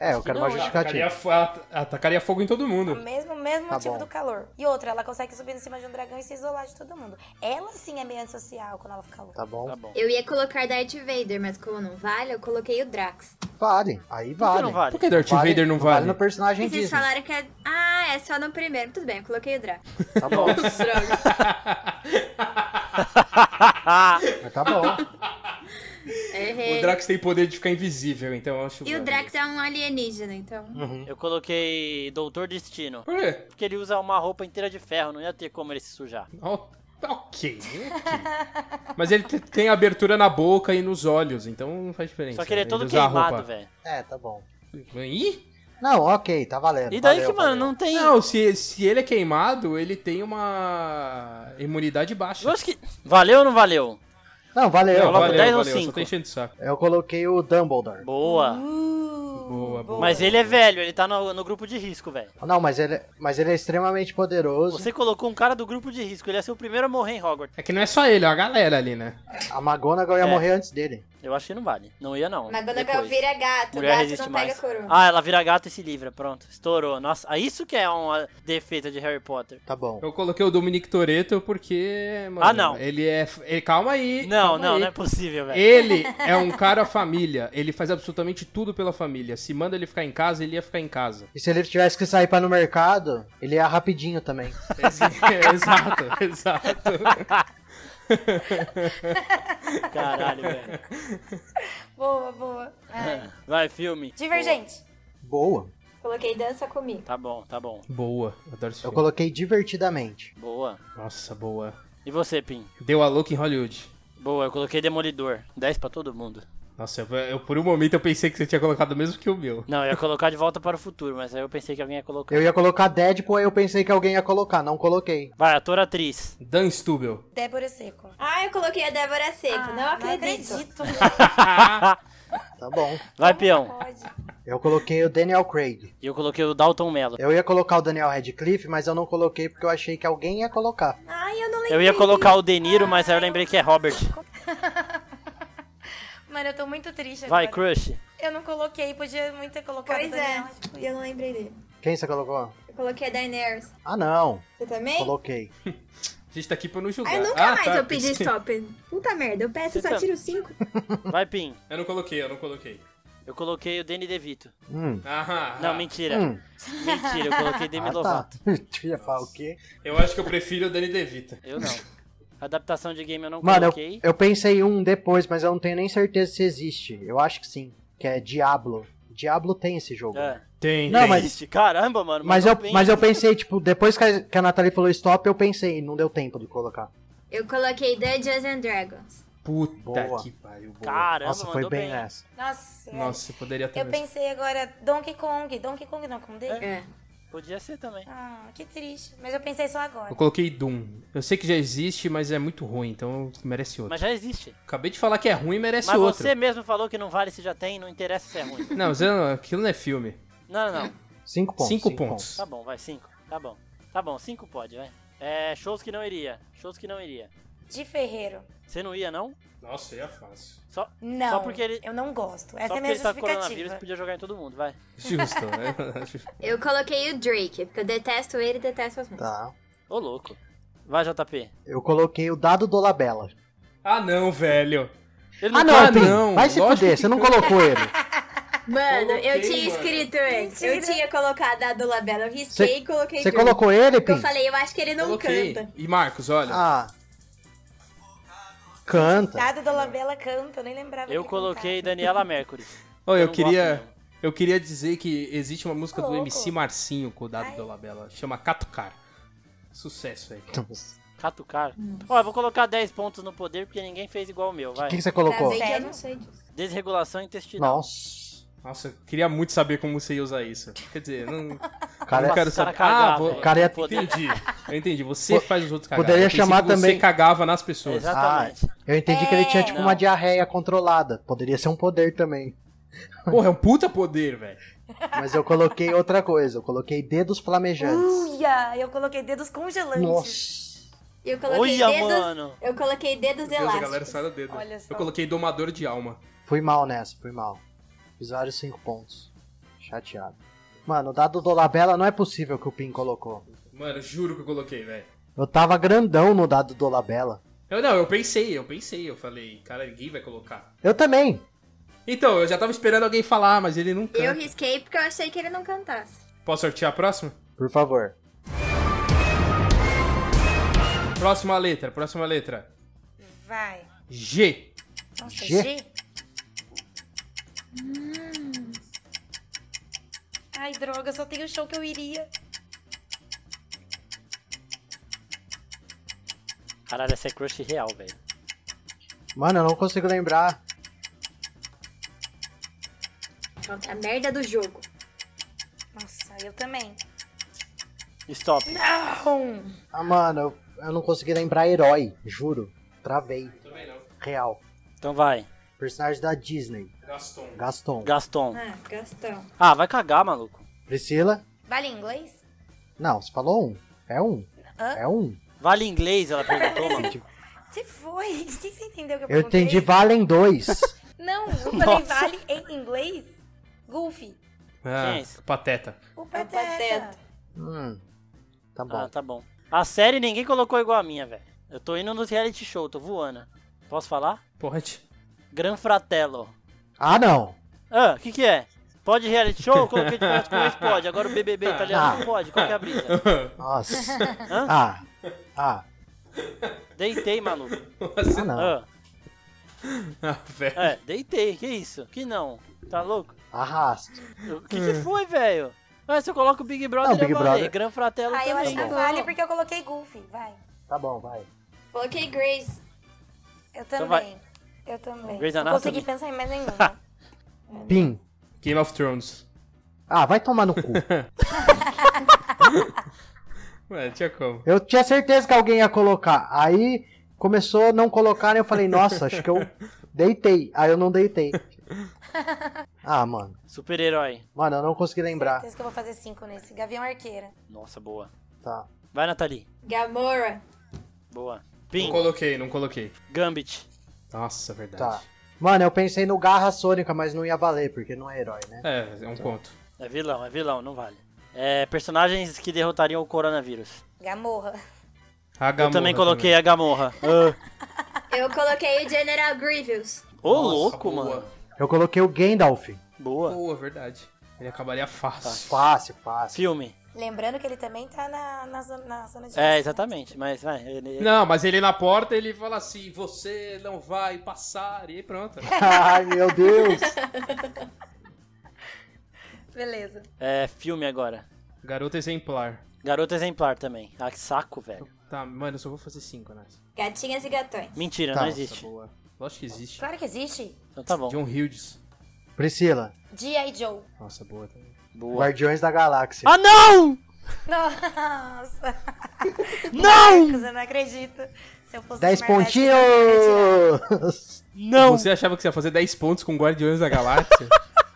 [SPEAKER 4] É, eu quero
[SPEAKER 2] Não,
[SPEAKER 4] uma
[SPEAKER 2] eu
[SPEAKER 1] Atacaria,
[SPEAKER 4] justificativa.
[SPEAKER 1] fo- at- atacaria fogo em todo
[SPEAKER 5] O
[SPEAKER 1] mundo.
[SPEAKER 5] mesmo, mesmo
[SPEAKER 4] Tá
[SPEAKER 5] motivo
[SPEAKER 4] bom.
[SPEAKER 5] do calor. E outra, ela consegue subir em cima de um dragão e se isolar de todo mundo. Ela sim é meio antissocial quando ela fica louca.
[SPEAKER 4] Tá bom?
[SPEAKER 2] Tá bom.
[SPEAKER 3] Eu ia colocar Darth Vader, mas como não vale, eu coloquei o Drax.
[SPEAKER 4] Vale. Aí
[SPEAKER 2] Por
[SPEAKER 4] vale.
[SPEAKER 2] que não vale?
[SPEAKER 1] Por que Darth Vader não vale?
[SPEAKER 4] no personagem
[SPEAKER 3] Mas Vocês
[SPEAKER 4] Disney.
[SPEAKER 3] falaram que é... Ah, é só no primeiro. Tudo bem, eu coloquei o Drax.
[SPEAKER 4] Tá bom.
[SPEAKER 3] Droga.
[SPEAKER 4] Mas tá bom.
[SPEAKER 3] Errei.
[SPEAKER 1] O Drax tem poder de ficar invisível, então eu acho...
[SPEAKER 3] E o Drax é um alienígena, então.
[SPEAKER 1] Uhum.
[SPEAKER 2] Eu coloquei Doutor Destino.
[SPEAKER 1] Por quê?
[SPEAKER 2] Porque ele usa uma roupa inteira de ferro, não ia ter como ele se sujar.
[SPEAKER 1] Ó, ok, ok. Mas ele te- tem abertura na boca e nos olhos, então não faz diferença.
[SPEAKER 2] Só que ele é todo
[SPEAKER 1] usa a
[SPEAKER 2] queimado,
[SPEAKER 1] roupa.
[SPEAKER 2] velho.
[SPEAKER 4] É, tá bom.
[SPEAKER 1] Ih!
[SPEAKER 4] Não, ok, tá valendo.
[SPEAKER 2] E daí
[SPEAKER 4] valeu,
[SPEAKER 2] que, mano,
[SPEAKER 4] valeu.
[SPEAKER 2] não tem.
[SPEAKER 1] Não, se, se ele é queimado, ele tem uma imunidade baixa.
[SPEAKER 2] Eu acho que. Valeu ou não valeu?
[SPEAKER 4] Não, valeu.
[SPEAKER 1] Valeu,
[SPEAKER 2] Não, logo
[SPEAKER 4] valeu.
[SPEAKER 2] 10 ou
[SPEAKER 1] valeu, só
[SPEAKER 2] cinco?
[SPEAKER 1] tô enchendo o saco.
[SPEAKER 4] Eu coloquei o Dumbledore.
[SPEAKER 2] Boa.
[SPEAKER 1] Boa, boa.
[SPEAKER 2] Mas ele é velho, ele tá no, no grupo de risco, velho.
[SPEAKER 4] Não, mas ele, mas ele é extremamente poderoso.
[SPEAKER 2] Você colocou um cara do grupo de risco, ele ia ser o primeiro a morrer em Hogwarts.
[SPEAKER 1] É que não é só ele, é a galera ali, né?
[SPEAKER 4] A McGonagall ia
[SPEAKER 2] É.
[SPEAKER 4] morrer antes dele.
[SPEAKER 2] Eu acho que não vale. Não ia, não.
[SPEAKER 3] Magonagal
[SPEAKER 2] Depois.
[SPEAKER 3] vira gato,
[SPEAKER 2] Mulher
[SPEAKER 3] gato
[SPEAKER 2] resiste
[SPEAKER 3] não
[SPEAKER 2] mais.
[SPEAKER 3] pega coroa.
[SPEAKER 2] Ah, ela vira gato e se livra, pronto. Estourou. Nossa, ah, isso que é uma defeita de Harry Potter.
[SPEAKER 4] Tá bom.
[SPEAKER 1] Eu coloquei o Dominic Toretto porque. Mano,
[SPEAKER 2] Ah, não.
[SPEAKER 1] Ele é. ele- calma aí.
[SPEAKER 2] Não,
[SPEAKER 1] calma
[SPEAKER 2] não,
[SPEAKER 1] aí.
[SPEAKER 2] não é possível, velho.
[SPEAKER 1] Ele é um cara família. Ele faz absolutamente tudo pela família. Se manda ele ficar em casa, ele ia ficar em casa.
[SPEAKER 4] E se ele tivesse que sair pra ir no mercado, ele ia rapidinho também.
[SPEAKER 1] exato, exato.
[SPEAKER 2] Caralho, velho.
[SPEAKER 5] Boa, boa. Ai.
[SPEAKER 2] É. Vai, filme.
[SPEAKER 5] Divergente.
[SPEAKER 4] Boa.
[SPEAKER 3] Coloquei dança comigo.
[SPEAKER 2] Tá bom, tá bom.
[SPEAKER 1] Boa. Eu Adoro esse
[SPEAKER 4] Eu
[SPEAKER 1] filme.
[SPEAKER 4] coloquei divertidamente.
[SPEAKER 2] Boa.
[SPEAKER 1] Nossa, boa.
[SPEAKER 2] E você, Pim?
[SPEAKER 1] Deu a louca em Hollywood.
[SPEAKER 2] Boa, eu coloquei Demolidor. 10 pra todo mundo.
[SPEAKER 1] Nossa, eu, eu- por um momento eu pensei que você tinha colocado o mesmo que o meu.
[SPEAKER 2] Não, eu ia colocar de volta para o futuro, mas aí eu pensei que alguém ia colocar.
[SPEAKER 4] Eu ia colocar Deadpool, aí eu pensei que alguém ia colocar, não coloquei.
[SPEAKER 2] Vai, ator atriz.
[SPEAKER 1] Dan Stubel.
[SPEAKER 5] Débora é Seco.
[SPEAKER 3] Ah, eu coloquei a Débora Seco.
[SPEAKER 5] Ah,
[SPEAKER 3] não acredito.
[SPEAKER 5] acredito, né?
[SPEAKER 4] Tá bom.
[SPEAKER 2] Vai, peão.
[SPEAKER 3] Pode.
[SPEAKER 4] Eu coloquei o Daniel Craig.
[SPEAKER 2] E eu coloquei o Dalton Mello.
[SPEAKER 4] Eu ia colocar o Daniel Radcliffe, mas eu não coloquei porque eu achei que alguém ia colocar.
[SPEAKER 3] Ai, eu não lembrei.
[SPEAKER 2] Eu ia colocar o De Niro, mas aí eu lembrei que é Robert.
[SPEAKER 5] Mano, eu tô muito triste agora.
[SPEAKER 2] Vai, Crush.
[SPEAKER 5] Eu não coloquei, podia muito ter colocado. tipo
[SPEAKER 3] Pois
[SPEAKER 5] Daniel.
[SPEAKER 3] é, eu não lembrei dele.
[SPEAKER 4] Quem você colocou?
[SPEAKER 3] Eu coloquei a Daenerys.
[SPEAKER 4] Ah, não.
[SPEAKER 3] Você também?
[SPEAKER 4] Coloquei.
[SPEAKER 1] A gente tá aqui pra não julgar.
[SPEAKER 3] Ai, eu nunca
[SPEAKER 1] Ah,
[SPEAKER 3] mais
[SPEAKER 1] tá.
[SPEAKER 3] eu pedi stop. Puta merda, eu peço
[SPEAKER 2] Você
[SPEAKER 3] e só
[SPEAKER 2] tá-
[SPEAKER 3] tiro cinco.
[SPEAKER 2] Vai, Pim.
[SPEAKER 1] Eu não coloquei, eu não coloquei.
[SPEAKER 2] Eu coloquei o Danny DeVito.
[SPEAKER 4] Hum.
[SPEAKER 1] Aham.
[SPEAKER 2] Não,
[SPEAKER 1] ah.
[SPEAKER 2] mentira.
[SPEAKER 4] Hum.
[SPEAKER 2] Mentira, eu coloquei Demi
[SPEAKER 4] Ah, tá.
[SPEAKER 2] Lovato.
[SPEAKER 4] Tu ia falar o quê?
[SPEAKER 1] Eu acho que eu prefiro o Danny DeVito.
[SPEAKER 2] Eu não. Adaptação de game eu não
[SPEAKER 4] Mano,
[SPEAKER 2] coloquei.
[SPEAKER 4] eu, eu pensei um depois, mas eu não tenho nem certeza se existe. Eu acho que sim. Que é Diablo. Diablo tem esse jogo.
[SPEAKER 2] É.
[SPEAKER 1] Tem,
[SPEAKER 4] Não,
[SPEAKER 1] tem.
[SPEAKER 4] mas-
[SPEAKER 2] Existe, caramba, mano.
[SPEAKER 4] Mas eu,
[SPEAKER 2] mandou bem.
[SPEAKER 4] mas eu pensei, tipo, depois que a, que a Nathalie falou stop, eu pensei, não deu tempo de colocar.
[SPEAKER 3] Eu coloquei Dungeons and Dragons.
[SPEAKER 1] Puta
[SPEAKER 4] Boa.
[SPEAKER 1] que pariu. Boa.
[SPEAKER 2] Caramba,
[SPEAKER 4] Nossa, foi
[SPEAKER 2] mandou
[SPEAKER 4] bem nessa.
[SPEAKER 5] Nossa, velho.
[SPEAKER 1] Nossa, eu poderia ter
[SPEAKER 5] Eu
[SPEAKER 1] mesmo.
[SPEAKER 5] pensei agora Donkey Kong. Donkey Kong não, como dele?
[SPEAKER 3] É.
[SPEAKER 2] Podia ser também.
[SPEAKER 5] Ah, que triste. Mas eu pensei só agora.
[SPEAKER 1] Eu coloquei Doom. Eu sei que já existe, mas é muito ruim, então merece outro.
[SPEAKER 2] Mas já existe.
[SPEAKER 1] Acabei de falar que é ruim e merece
[SPEAKER 2] Mas
[SPEAKER 1] outro.
[SPEAKER 2] você mesmo falou que não vale se já tem, não interessa se é ruim.
[SPEAKER 1] Não, Zé, não, aquilo não é filme.
[SPEAKER 2] Não, não, não.
[SPEAKER 4] Cinco pontos.
[SPEAKER 1] Cinco pontos.
[SPEAKER 2] Tá bom, vai, cinco. Tá bom. Tá bom, cinco pode, vai. É, shows que não iria. Shows que não iria.
[SPEAKER 5] De Ferreiro.
[SPEAKER 2] Você não ia, não?
[SPEAKER 1] Nossa, aí é fácil.
[SPEAKER 2] Só,
[SPEAKER 5] Não,
[SPEAKER 2] só porque ele.
[SPEAKER 5] eu não gosto. Essa
[SPEAKER 2] só
[SPEAKER 5] é
[SPEAKER 2] porque
[SPEAKER 5] a minha
[SPEAKER 2] ele tá com coronavírus,
[SPEAKER 5] justificativa.
[SPEAKER 2] podia jogar em todo mundo, vai.
[SPEAKER 1] Justo, né?
[SPEAKER 3] Eu coloquei o Drake, porque eu detesto ele e detesto as músicas.
[SPEAKER 4] Tá.
[SPEAKER 2] Ô, louco. Vai, JP.
[SPEAKER 4] Eu coloquei o dado do Labela.
[SPEAKER 1] ah, não, velho.
[SPEAKER 2] Ele
[SPEAKER 4] Ah,
[SPEAKER 1] Ah,
[SPEAKER 4] não, Pim,
[SPEAKER 1] não,
[SPEAKER 4] Vai se
[SPEAKER 1] lógico
[SPEAKER 4] fuder,
[SPEAKER 1] que
[SPEAKER 4] você não colocou ele.
[SPEAKER 3] Mano, eu
[SPEAKER 1] Coloquei,
[SPEAKER 3] tinha
[SPEAKER 1] mano.
[SPEAKER 3] escrito antes. Eu
[SPEAKER 5] Mentira.
[SPEAKER 3] tinha colocado a do Labela. Eu risquei
[SPEAKER 4] Cê-
[SPEAKER 3] e coloquei
[SPEAKER 4] Você
[SPEAKER 3] Drake.
[SPEAKER 4] colocou ele,
[SPEAKER 3] Porque eu
[SPEAKER 4] Pim?
[SPEAKER 3] falei, eu acho que ele não
[SPEAKER 1] Coloquei.
[SPEAKER 3] canta.
[SPEAKER 1] E Marcos, olha.
[SPEAKER 4] Ah. Canta.
[SPEAKER 5] Dado da Labela canta, eu nem lembrava.
[SPEAKER 2] tá. Eu
[SPEAKER 5] que
[SPEAKER 2] coloquei
[SPEAKER 5] cantava.
[SPEAKER 2] Daniela Mercury.
[SPEAKER 1] Ô, eu
[SPEAKER 2] não
[SPEAKER 1] queria-
[SPEAKER 2] gosto mesmo.
[SPEAKER 1] Eu queria dizer que existe uma música do
[SPEAKER 5] Louco.
[SPEAKER 1] MC Marcinho com o Dado
[SPEAKER 5] Ai.
[SPEAKER 1] Dolabella. Chama Catucar. Sucesso, velho.
[SPEAKER 2] Catucar.
[SPEAKER 5] Hum.
[SPEAKER 2] Ó, eu vou colocar 10 pontos no poder porque ninguém fez igual o meu,
[SPEAKER 4] O
[SPEAKER 2] vai.
[SPEAKER 4] que, que você
[SPEAKER 3] Ainda
[SPEAKER 4] colocou?
[SPEAKER 3] Tá bem que eu
[SPEAKER 5] Sério?
[SPEAKER 3] não sei disso.
[SPEAKER 2] Desregulação intestinal.
[SPEAKER 4] Nossa.
[SPEAKER 1] Nossa, eu queria muito saber como você ia usar isso. Quer dizer, não,
[SPEAKER 4] O cara
[SPEAKER 1] não
[SPEAKER 4] é-
[SPEAKER 1] quero
[SPEAKER 2] Os cara
[SPEAKER 1] saber.
[SPEAKER 2] cagava,
[SPEAKER 1] ah, vou...
[SPEAKER 2] velho.
[SPEAKER 4] cara ia-
[SPEAKER 2] Poder-
[SPEAKER 1] entendi. Eu entendi. Você faz os outros cagar.
[SPEAKER 4] poderia
[SPEAKER 1] Eu pensei
[SPEAKER 4] chamar
[SPEAKER 1] que Você
[SPEAKER 4] também-
[SPEAKER 1] cagava nas pessoas.
[SPEAKER 2] Exato.
[SPEAKER 4] Ah,
[SPEAKER 2] Exatamente.
[SPEAKER 4] eu entendi que ele
[SPEAKER 3] É.
[SPEAKER 4] tinha tipo
[SPEAKER 2] não.
[SPEAKER 4] uma diarreia controlada. Poderia ser um poder também.
[SPEAKER 1] Porra, é um puta poder, velho.
[SPEAKER 4] Mas eu coloquei outra coisa. Eu coloquei dedos
[SPEAKER 3] Uh,
[SPEAKER 4] flamejantes.
[SPEAKER 5] Uia, eu coloquei dedos congelantes.
[SPEAKER 4] Nossa.
[SPEAKER 3] Eu coloquei
[SPEAKER 2] Olha,
[SPEAKER 3] dedos.
[SPEAKER 2] mano.
[SPEAKER 3] Eu coloquei dedos
[SPEAKER 1] Meu Deus, a galera
[SPEAKER 3] elásticos.
[SPEAKER 1] sai do dedo.
[SPEAKER 5] Olha só.
[SPEAKER 1] Eu coloquei domador de alma.
[SPEAKER 4] Fui mal nessa, fui mal. Fiz vários cinco pontos. Chateado. Mano, o dado do Labela não é possível que o Pim colocou.
[SPEAKER 1] Mano, juro que eu coloquei, velho.
[SPEAKER 4] Eu tava grandão no dado do Labela.
[SPEAKER 1] Eu não, eu pensei, eu pensei. Eu falei, cara, ninguém vai colocar.
[SPEAKER 4] Eu também.
[SPEAKER 1] Então, eu já tava esperando alguém falar, mas ele não
[SPEAKER 3] Eu
[SPEAKER 1] canta.
[SPEAKER 3] risquei porque eu achei que ele não cantasse.
[SPEAKER 1] Posso sortear a próxima?
[SPEAKER 4] Por favor.
[SPEAKER 1] Próxima letra, próxima letra.
[SPEAKER 5] Vai.
[SPEAKER 1] G.
[SPEAKER 5] Nossa,
[SPEAKER 4] Gê.
[SPEAKER 5] G. Hum. Ai, droga, só tem o show que eu iria.
[SPEAKER 2] Caralho, essa é crush real, velho.
[SPEAKER 4] Mano, eu não consigo lembrar.
[SPEAKER 3] Pronto, Então, tá a merda do jogo.
[SPEAKER 5] Nossa, eu também.
[SPEAKER 2] Stop.
[SPEAKER 5] Não!
[SPEAKER 4] Ah, mano, eu, eu não consegui lembrar herói. Juro. Travei.
[SPEAKER 1] Também não.
[SPEAKER 4] Real.
[SPEAKER 2] Então vai.
[SPEAKER 4] Personagem da Disney.
[SPEAKER 1] Gaston.
[SPEAKER 4] Gaston.
[SPEAKER 2] Gaston.
[SPEAKER 3] Ah, Gastão.
[SPEAKER 2] Ah, vai cagar, maluco.
[SPEAKER 4] Priscila?
[SPEAKER 5] Vale em inglês?
[SPEAKER 4] Não, você falou um. É um.
[SPEAKER 5] Hã?
[SPEAKER 4] É um.
[SPEAKER 2] Vale inglês, ela perguntou, mano.
[SPEAKER 5] Que foi? O que você entendeu que eu
[SPEAKER 4] Eu
[SPEAKER 5] perguntei?
[SPEAKER 4] entendi valem dois.
[SPEAKER 5] Não, eu falei
[SPEAKER 2] Nossa.
[SPEAKER 5] vale em inglês? Goofy.
[SPEAKER 1] Ah,
[SPEAKER 2] Quem é esse?
[SPEAKER 1] pateta.
[SPEAKER 5] O
[SPEAKER 3] Pateta.
[SPEAKER 5] Pateta.
[SPEAKER 4] hum. Tá bom.
[SPEAKER 2] Ah, tá bom. A série ninguém colocou igual a minha, velho. Eu tô indo nos reality show, tô voando. Posso falar?
[SPEAKER 1] Pode.
[SPEAKER 2] Gran Fratello.
[SPEAKER 4] Ah, não.
[SPEAKER 2] Ah, o que que é? Pode reality show? Eu Coloquei de frente com eles, pode. Agora o BBB italiano não pode. Qual que é a brisa?
[SPEAKER 4] Nossa. ah. Ah.
[SPEAKER 2] Deitei, maluco.
[SPEAKER 4] Ah, não.
[SPEAKER 2] Ah,
[SPEAKER 1] assim? Ah, velho.
[SPEAKER 2] é, deitei. Que isso? Que não? Tá louco?
[SPEAKER 4] Arrasto.
[SPEAKER 2] O que que foi, velho? Mas se eu coloco o Big Brother,
[SPEAKER 4] É. Não, Big
[SPEAKER 2] eu falei.
[SPEAKER 4] Brother.
[SPEAKER 2] Gran Fratello
[SPEAKER 5] Ah, eu acho
[SPEAKER 2] também.
[SPEAKER 5] que
[SPEAKER 3] bom.
[SPEAKER 5] vale porque eu coloquei Goofy, vai.
[SPEAKER 4] Tá bom, vai.
[SPEAKER 3] Coloquei Grace.
[SPEAKER 5] Eu
[SPEAKER 2] Então vai.
[SPEAKER 5] também. Eu também.
[SPEAKER 2] Grey's
[SPEAKER 5] Não consegui
[SPEAKER 2] Anatomy.
[SPEAKER 5] pensar em mais nenhuma.
[SPEAKER 4] Pim.
[SPEAKER 1] Game of Thrones.
[SPEAKER 4] Ah, vai tomar no cu.
[SPEAKER 1] Ué, tinha como.
[SPEAKER 4] Eu tinha certeza que alguém ia colocar. Aí começou a não colocar, e eu falei, nossa, acho que eu deitei. Aí eu não deitei. Ah, mano.
[SPEAKER 2] Super-herói.
[SPEAKER 4] Mano, eu não consegui lembrar.
[SPEAKER 5] Certeza que eu vou fazer cinco nesse. Gavião Arqueira.
[SPEAKER 2] Nossa, boa.
[SPEAKER 4] Tá.
[SPEAKER 2] Vai, Nathalie.
[SPEAKER 3] Gamora.
[SPEAKER 2] Boa.
[SPEAKER 1] Não
[SPEAKER 2] Pim.
[SPEAKER 1] coloquei, não coloquei.
[SPEAKER 2] Gambit.
[SPEAKER 1] Nossa, verdade.
[SPEAKER 4] Tá. Mano, eu pensei no Garra Sônica, mas não ia valer, porque não é herói, né?
[SPEAKER 1] É, é um ponto.
[SPEAKER 2] É vilão, é vilão, não vale. É, personagens que derrotariam o coronavírus.
[SPEAKER 5] Gamorra.
[SPEAKER 1] A
[SPEAKER 2] Eu
[SPEAKER 1] Gamorra
[SPEAKER 2] também coloquei a Gamorra. Ah.
[SPEAKER 3] Eu coloquei o General Grievous.
[SPEAKER 2] Ô,
[SPEAKER 1] Nossa,
[SPEAKER 2] louco,
[SPEAKER 1] boa.
[SPEAKER 2] mano.
[SPEAKER 4] Eu coloquei o Gandalf.
[SPEAKER 2] Boa.
[SPEAKER 1] Boa, verdade. Ele acabaria fácil.
[SPEAKER 4] Fácil, fácil.
[SPEAKER 2] Filme.
[SPEAKER 5] Lembrando que ele também tá na, na, zona, na zona de.
[SPEAKER 2] É, exatamente. Mas, vai. Ele...
[SPEAKER 1] Não, mas ele na porta ele fala assim: você não vai passar, e pronto.
[SPEAKER 4] Ai, meu Deus.
[SPEAKER 5] Beleza.
[SPEAKER 2] É, filme agora.
[SPEAKER 1] Garota exemplar.
[SPEAKER 2] Garota exemplar também. Ah, que saco, velho.
[SPEAKER 1] Tá, mano, eu só vou fazer cinco, né?
[SPEAKER 3] Gatinhas e gatões.
[SPEAKER 2] Mentira,
[SPEAKER 4] Tá,
[SPEAKER 2] não
[SPEAKER 4] nossa,
[SPEAKER 2] existe.
[SPEAKER 1] Boa. Lógico que existe.
[SPEAKER 5] Claro que existe.
[SPEAKER 2] Então tá bom.
[SPEAKER 1] John Hughes.
[SPEAKER 4] Priscila,
[SPEAKER 5] G.I. Joe.
[SPEAKER 1] Nossa, boa também.
[SPEAKER 2] Boa.
[SPEAKER 4] Guardiões da Galáxia.
[SPEAKER 2] Ah, não!
[SPEAKER 5] Nossa.
[SPEAKER 2] Não!
[SPEAKER 5] Marcos, eu não acredito. Se eu fosse
[SPEAKER 4] Dez
[SPEAKER 2] é
[SPEAKER 5] Marvel,
[SPEAKER 2] né?
[SPEAKER 4] pontinhos!
[SPEAKER 2] Não!
[SPEAKER 1] Você achava que você ia fazer 10 pontos com Guardiões da Galáxia?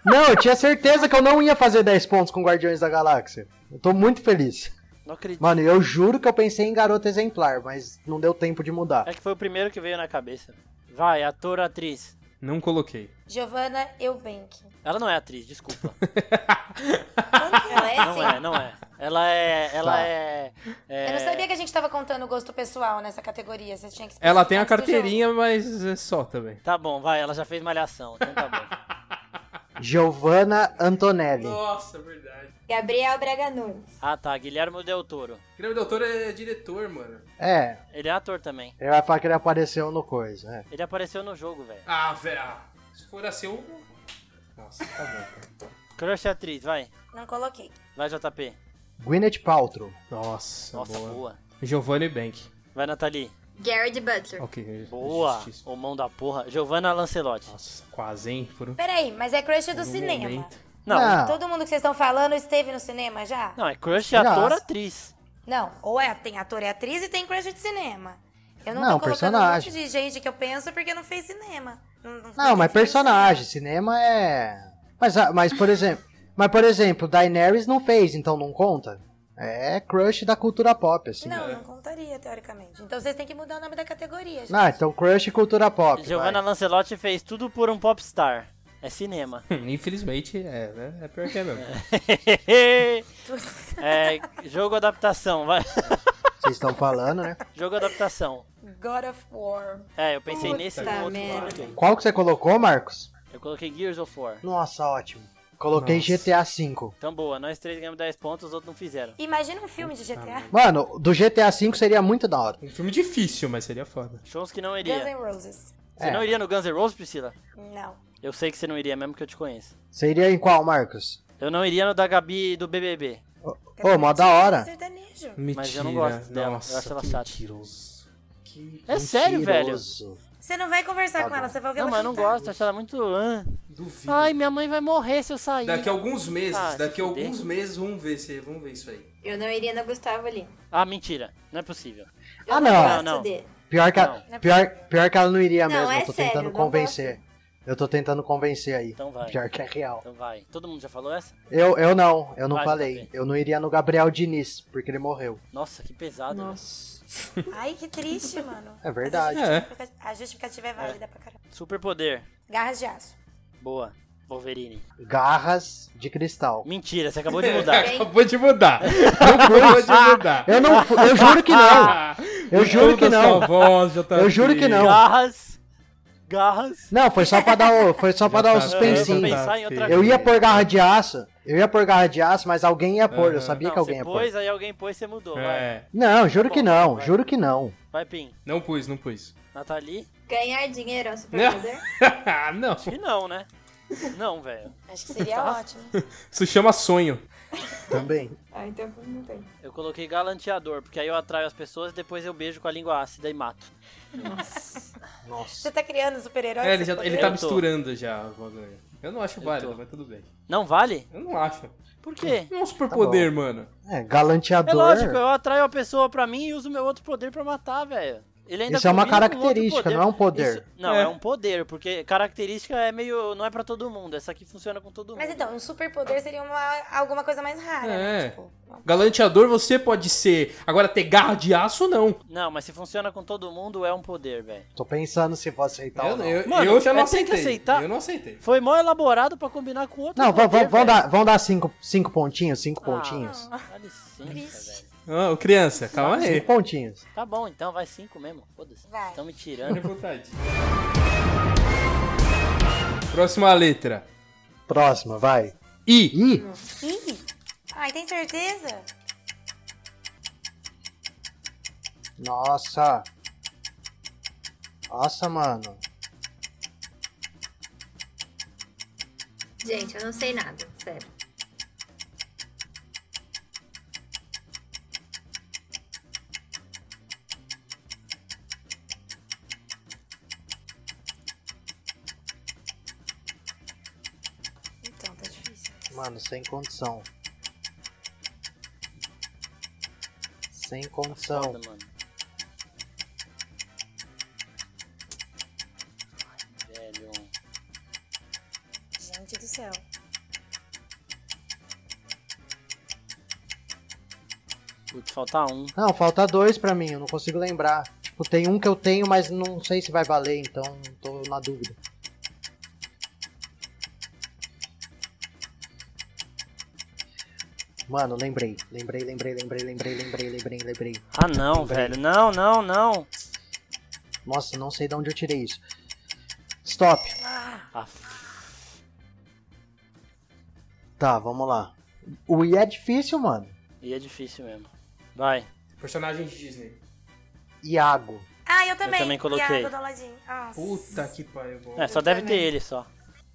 [SPEAKER 4] Não, eu tinha certeza que eu não ia fazer 10 pontos com Guardiões da Galáxia. Eu tô muito feliz.
[SPEAKER 2] Não acredito.
[SPEAKER 4] Mano, eu juro que eu pensei em Garota Exemplar, mas não deu tempo de mudar.
[SPEAKER 2] É que foi o primeiro que veio na cabeça. Vai, ator ou atriz.
[SPEAKER 1] não coloquei.
[SPEAKER 5] Giovanna Eubank.
[SPEAKER 2] Ela não é atriz, desculpa.
[SPEAKER 3] Ela é
[SPEAKER 2] Não é,
[SPEAKER 3] assim.
[SPEAKER 2] não é. Ela é. Ela
[SPEAKER 4] Tá.
[SPEAKER 2] é, é-
[SPEAKER 5] Eu não sabia que a gente tava contando o gosto pessoal nessa categoria. Você tinha que
[SPEAKER 1] Ela tem a
[SPEAKER 5] especificar antes do jogo.
[SPEAKER 1] carteirinha, mas é só também.
[SPEAKER 2] Tá bom, vai, ela já fez malhação, então tá bom.
[SPEAKER 4] Giovanna Antonelli.
[SPEAKER 1] Nossa, verdade.
[SPEAKER 3] Gabriel Braga Nunes.
[SPEAKER 2] Ah tá, Guilherme Del Toro.
[SPEAKER 1] Guilherme Doutor é diretor, mano.
[SPEAKER 4] É,
[SPEAKER 2] Ele é ator também.
[SPEAKER 4] ele vai falar que ele apareceu no coisa. É.
[SPEAKER 2] Ele apareceu no jogo, velho.
[SPEAKER 1] Ah, velho. Se for assim, eu... Nossa, tá bom.
[SPEAKER 2] Crush atriz, vai.
[SPEAKER 5] Não coloquei.
[SPEAKER 2] Vai, JP.
[SPEAKER 4] Gwyneth Paltrow.
[SPEAKER 1] Nossa,
[SPEAKER 2] Nossa, boa.
[SPEAKER 1] Giovanni Bank.
[SPEAKER 2] Vai, Nathalie.
[SPEAKER 3] Garrett Butler.
[SPEAKER 1] Ok.
[SPEAKER 2] Boa.
[SPEAKER 1] justíssimo.
[SPEAKER 2] O mão da porra. Giovanna Lancelotti.
[SPEAKER 1] Nossa, quase, hein? Por um,
[SPEAKER 5] Peraí, mas é crush do
[SPEAKER 1] por um
[SPEAKER 5] cinema.
[SPEAKER 1] momento.
[SPEAKER 2] Não.
[SPEAKER 4] Não.
[SPEAKER 5] Todo mundo que vocês estão falando esteve no cinema já?
[SPEAKER 2] Não, é crush ator
[SPEAKER 4] Nossa.
[SPEAKER 2] atriz.
[SPEAKER 5] Não, ou é, tem ator e atriz e tem crush de cinema. Eu não,
[SPEAKER 4] Não,
[SPEAKER 5] tô colocando
[SPEAKER 4] personagem.
[SPEAKER 5] um monte de gente que eu penso porque não fez cinema. Não, não-
[SPEAKER 4] Não, mas
[SPEAKER 5] fez cinema.
[SPEAKER 4] personagem, cinema é. Mas, ah, mas por exemplo. Mas, por exemplo, Daenerys não fez, então não conta? É crush da cultura pop, assim.
[SPEAKER 5] Não, não contaria, teoricamente. Então vocês têm que mudar o nome da categoria, gente.
[SPEAKER 4] Ah, então crush cultura pop.
[SPEAKER 2] Giovanna
[SPEAKER 4] vai.
[SPEAKER 2] Lancelotti fez tudo por um popstar. É cinema.
[SPEAKER 1] Hum, Infelizmente, é, né? É pior que é mesmo.
[SPEAKER 2] é, jogo adaptação, vai.
[SPEAKER 4] Vocês estão falando, né?
[SPEAKER 2] Jogo adaptação.
[SPEAKER 5] God of War.
[SPEAKER 2] É, eu pensei
[SPEAKER 3] Puta
[SPEAKER 2] nesse e no outro.
[SPEAKER 3] merda.
[SPEAKER 2] coloquei.
[SPEAKER 4] Qual que você colocou, Marcos?
[SPEAKER 2] Eu coloquei Gears of War.
[SPEAKER 4] Nossa, ótimo. Coloquei
[SPEAKER 1] Nossa.
[SPEAKER 4] GTA V.
[SPEAKER 2] Então boa, nós três ganhamos 10 pontos, os outros não fizeram.
[SPEAKER 5] Imagina um filme de GTA.
[SPEAKER 4] Mano, do GTA V seria muito da hora.
[SPEAKER 1] Um filme difícil, mas seria foda.
[SPEAKER 2] Shows que não
[SPEAKER 5] Guns
[SPEAKER 2] iria.
[SPEAKER 5] N' Roses.
[SPEAKER 4] É.
[SPEAKER 2] Você não iria no Guns N' Roses, Priscila?
[SPEAKER 5] Não.
[SPEAKER 2] Eu sei que você não iria, mesmo que eu te conheça.
[SPEAKER 4] Seria em qual, Marcos?
[SPEAKER 2] Eu não iria no da Gabi do BBB.
[SPEAKER 4] Ô, mó da hora.
[SPEAKER 5] Sertanejo.
[SPEAKER 1] Mentira.
[SPEAKER 2] Mas eu não gosto dela, eu
[SPEAKER 1] Nossa,
[SPEAKER 2] acho ela
[SPEAKER 1] que
[SPEAKER 2] chata.
[SPEAKER 1] mentiroso. Que...
[SPEAKER 2] É sério, velho.
[SPEAKER 4] Mentiroso.
[SPEAKER 5] Você não vai conversar
[SPEAKER 4] Tá
[SPEAKER 5] com
[SPEAKER 4] bom.
[SPEAKER 5] ela, você vai ouvir
[SPEAKER 2] Não,
[SPEAKER 5] ela
[SPEAKER 2] mas eu não
[SPEAKER 5] cantar.
[SPEAKER 2] gosto, acho ela muito. ah.
[SPEAKER 1] Duvido.
[SPEAKER 2] Ai, minha mãe vai morrer se eu sair.
[SPEAKER 1] Daqui a alguns meses,
[SPEAKER 2] Ah, se
[SPEAKER 1] daqui a
[SPEAKER 2] fuder.
[SPEAKER 1] alguns meses, vamos ver se vamos ver isso aí.
[SPEAKER 3] Eu não iria no Gustavo Lima.
[SPEAKER 2] Ah, mentira. Não é possível.
[SPEAKER 3] Eu
[SPEAKER 4] Ah, não.
[SPEAKER 3] gosto
[SPEAKER 2] Não, não.
[SPEAKER 3] dele.
[SPEAKER 4] Pior que, ela-
[SPEAKER 5] Não.
[SPEAKER 4] pior, pior que ela não iria
[SPEAKER 3] Não,
[SPEAKER 4] mesmo,
[SPEAKER 3] é
[SPEAKER 4] eu tô
[SPEAKER 3] sério,
[SPEAKER 4] tentando
[SPEAKER 3] não
[SPEAKER 4] convencer. Eu tô tentando convencer aí.
[SPEAKER 2] Então vai.
[SPEAKER 4] Pior que é real.
[SPEAKER 2] Então vai. Todo mundo já falou essa?
[SPEAKER 4] Eu, eu não, eu não
[SPEAKER 2] Vai,
[SPEAKER 4] falei.
[SPEAKER 2] JP.
[SPEAKER 4] Eu não iria no Gabriel Diniz, porque ele morreu.
[SPEAKER 2] Nossa, que pesado.
[SPEAKER 5] Ai, que triste, mano.
[SPEAKER 4] É verdade.
[SPEAKER 5] Mas
[SPEAKER 1] É.
[SPEAKER 5] A justificativa, a justificativa é válida pra caramba.
[SPEAKER 2] velho. Superpoder.
[SPEAKER 5] Garras de aço.
[SPEAKER 2] Boa. Wolverine.
[SPEAKER 4] Garras de cristal.
[SPEAKER 2] Mentira, você acabou de mudar.
[SPEAKER 1] Acabou de mudar. Acabou de mudar.
[SPEAKER 4] Eu não, fu- eu juro que não.
[SPEAKER 1] Ah,
[SPEAKER 4] Eu juro que
[SPEAKER 1] toda a
[SPEAKER 4] não.
[SPEAKER 1] sua voz, já tá
[SPEAKER 4] Eu juro que não.
[SPEAKER 2] Garras. Garras.
[SPEAKER 4] Não, foi só pra dar o, foi só pra dar o
[SPEAKER 1] tá
[SPEAKER 2] Eu
[SPEAKER 4] suspensinho.
[SPEAKER 2] também. pensar em outra
[SPEAKER 1] feio.
[SPEAKER 4] Eu ia pôr garra de aço, eu ia pôr garra de aço, mas alguém ia pôr, eu
[SPEAKER 1] Aham.
[SPEAKER 4] sabia
[SPEAKER 2] Não,
[SPEAKER 4] que alguém
[SPEAKER 2] você
[SPEAKER 4] ia pôr.
[SPEAKER 2] pôs, aí alguém pôs, você mudou. Vai.
[SPEAKER 1] É,
[SPEAKER 4] Não, juro que
[SPEAKER 2] Bom,
[SPEAKER 4] não,
[SPEAKER 2] vai.
[SPEAKER 4] juro que não.
[SPEAKER 2] Vai, Pim.
[SPEAKER 1] não pus, não pus.
[SPEAKER 2] Nathalie?
[SPEAKER 3] Ganhar dinheiro é um superpoder?
[SPEAKER 1] não.
[SPEAKER 2] Que não, né? Não, velho.
[SPEAKER 5] Acho que seria
[SPEAKER 2] Tá.
[SPEAKER 5] ótimo.
[SPEAKER 1] Isso chama sonho.
[SPEAKER 4] Também.
[SPEAKER 6] Ah, então não tem.
[SPEAKER 2] Eu coloquei galanteador, porque aí eu atraio as pessoas e depois eu beijo com a língua ácida e mato.
[SPEAKER 6] Nossa.
[SPEAKER 5] Você tá criando super-herói?
[SPEAKER 1] É, ele, já,
[SPEAKER 5] com
[SPEAKER 1] ele
[SPEAKER 5] superpoder?
[SPEAKER 1] tá
[SPEAKER 2] Eu tô.
[SPEAKER 1] misturando já o bagulho. Eu não acho válido,
[SPEAKER 2] tô.
[SPEAKER 1] mas tudo bem.
[SPEAKER 2] Não vale?
[SPEAKER 1] Eu não acho.
[SPEAKER 2] Por quê?
[SPEAKER 1] Não é um superpoder, mano.
[SPEAKER 4] É,
[SPEAKER 2] É
[SPEAKER 4] galanteador.
[SPEAKER 2] lógico, eu atraio a pessoa pra mim e uso meu outro poder pra matar, velho. Ele ainda
[SPEAKER 4] Isso é uma
[SPEAKER 2] combina com outro
[SPEAKER 4] característica, não é um poder.
[SPEAKER 2] Isso- não,
[SPEAKER 1] É.
[SPEAKER 2] é. um poder, porque característica é meio. não é pra todo mundo. Essa aqui funciona com todo mundo.
[SPEAKER 5] Mas então, um superpoder seria uma, alguma coisa mais rara,
[SPEAKER 1] É.
[SPEAKER 5] né? Tipo, uma-
[SPEAKER 1] Galanteador você pode ser. Agora, ter garra de aço, não.
[SPEAKER 5] é-
[SPEAKER 2] Não, mas se funciona com todo mundo, é um poder, velho.
[SPEAKER 4] Tô pensando se vou aceitar ou
[SPEAKER 1] eu,
[SPEAKER 4] não.
[SPEAKER 1] eu,
[SPEAKER 2] Mano,
[SPEAKER 1] eu já não
[SPEAKER 2] é, tem que
[SPEAKER 1] aceitei.
[SPEAKER 2] aceitar.
[SPEAKER 1] Eu não aceitei.
[SPEAKER 2] Foi mó elaborado pra combinar com outro.
[SPEAKER 4] Não,
[SPEAKER 2] poder,
[SPEAKER 4] vão, vão, vão
[SPEAKER 2] velho.
[SPEAKER 4] dar, vão dar cinco, cinco pontinhos, cinco
[SPEAKER 2] Ah,
[SPEAKER 4] pontinhos.
[SPEAKER 2] Dá licença, velho.
[SPEAKER 1] Ah, ô, criança, calma aí.
[SPEAKER 4] Cinco pontinhos.
[SPEAKER 2] Tá bom, então vai cinco mesmo. Foda-se.
[SPEAKER 5] Vai.
[SPEAKER 2] Estão me tirando.
[SPEAKER 1] Próxima letra.
[SPEAKER 4] Próxima, vai.
[SPEAKER 1] I.
[SPEAKER 4] Ih,
[SPEAKER 5] Ih! Ai, tem certeza?
[SPEAKER 4] nossa. Nossa, mano.
[SPEAKER 3] Gente, eu não sei nada, sério.
[SPEAKER 5] Então, tá difícil.
[SPEAKER 4] Mano, sem condição. Sem condição.
[SPEAKER 2] Foda, mano. Ai, velho.
[SPEAKER 5] Gente do céu.
[SPEAKER 2] Putz, falta um.
[SPEAKER 4] Não, falta dois pra mim, eu não consigo lembrar. Tipo, tem um que eu tenho, mas não sei se vai valer, então tô na dúvida. Mano, lembrei, lembrei, lembrei, lembrei, lembrei, lembrei, lembrei, lembrei.
[SPEAKER 2] Ah, não, velho. Não, não, não.
[SPEAKER 4] Nossa, não sei de onde eu tirei isso. Stop.
[SPEAKER 2] Ah,
[SPEAKER 4] Tá, vamos lá. O I é difícil, mano.
[SPEAKER 2] e é difícil mesmo. Vai.
[SPEAKER 1] Personagem de Disney.
[SPEAKER 4] Iago.
[SPEAKER 5] Ah, eu também.
[SPEAKER 2] também coloquei.
[SPEAKER 5] Iago do Aladdin. Nossa.
[SPEAKER 1] Puta que pariu. bom.
[SPEAKER 2] É, só
[SPEAKER 5] Eu
[SPEAKER 2] deve ter
[SPEAKER 5] também.
[SPEAKER 2] ele só.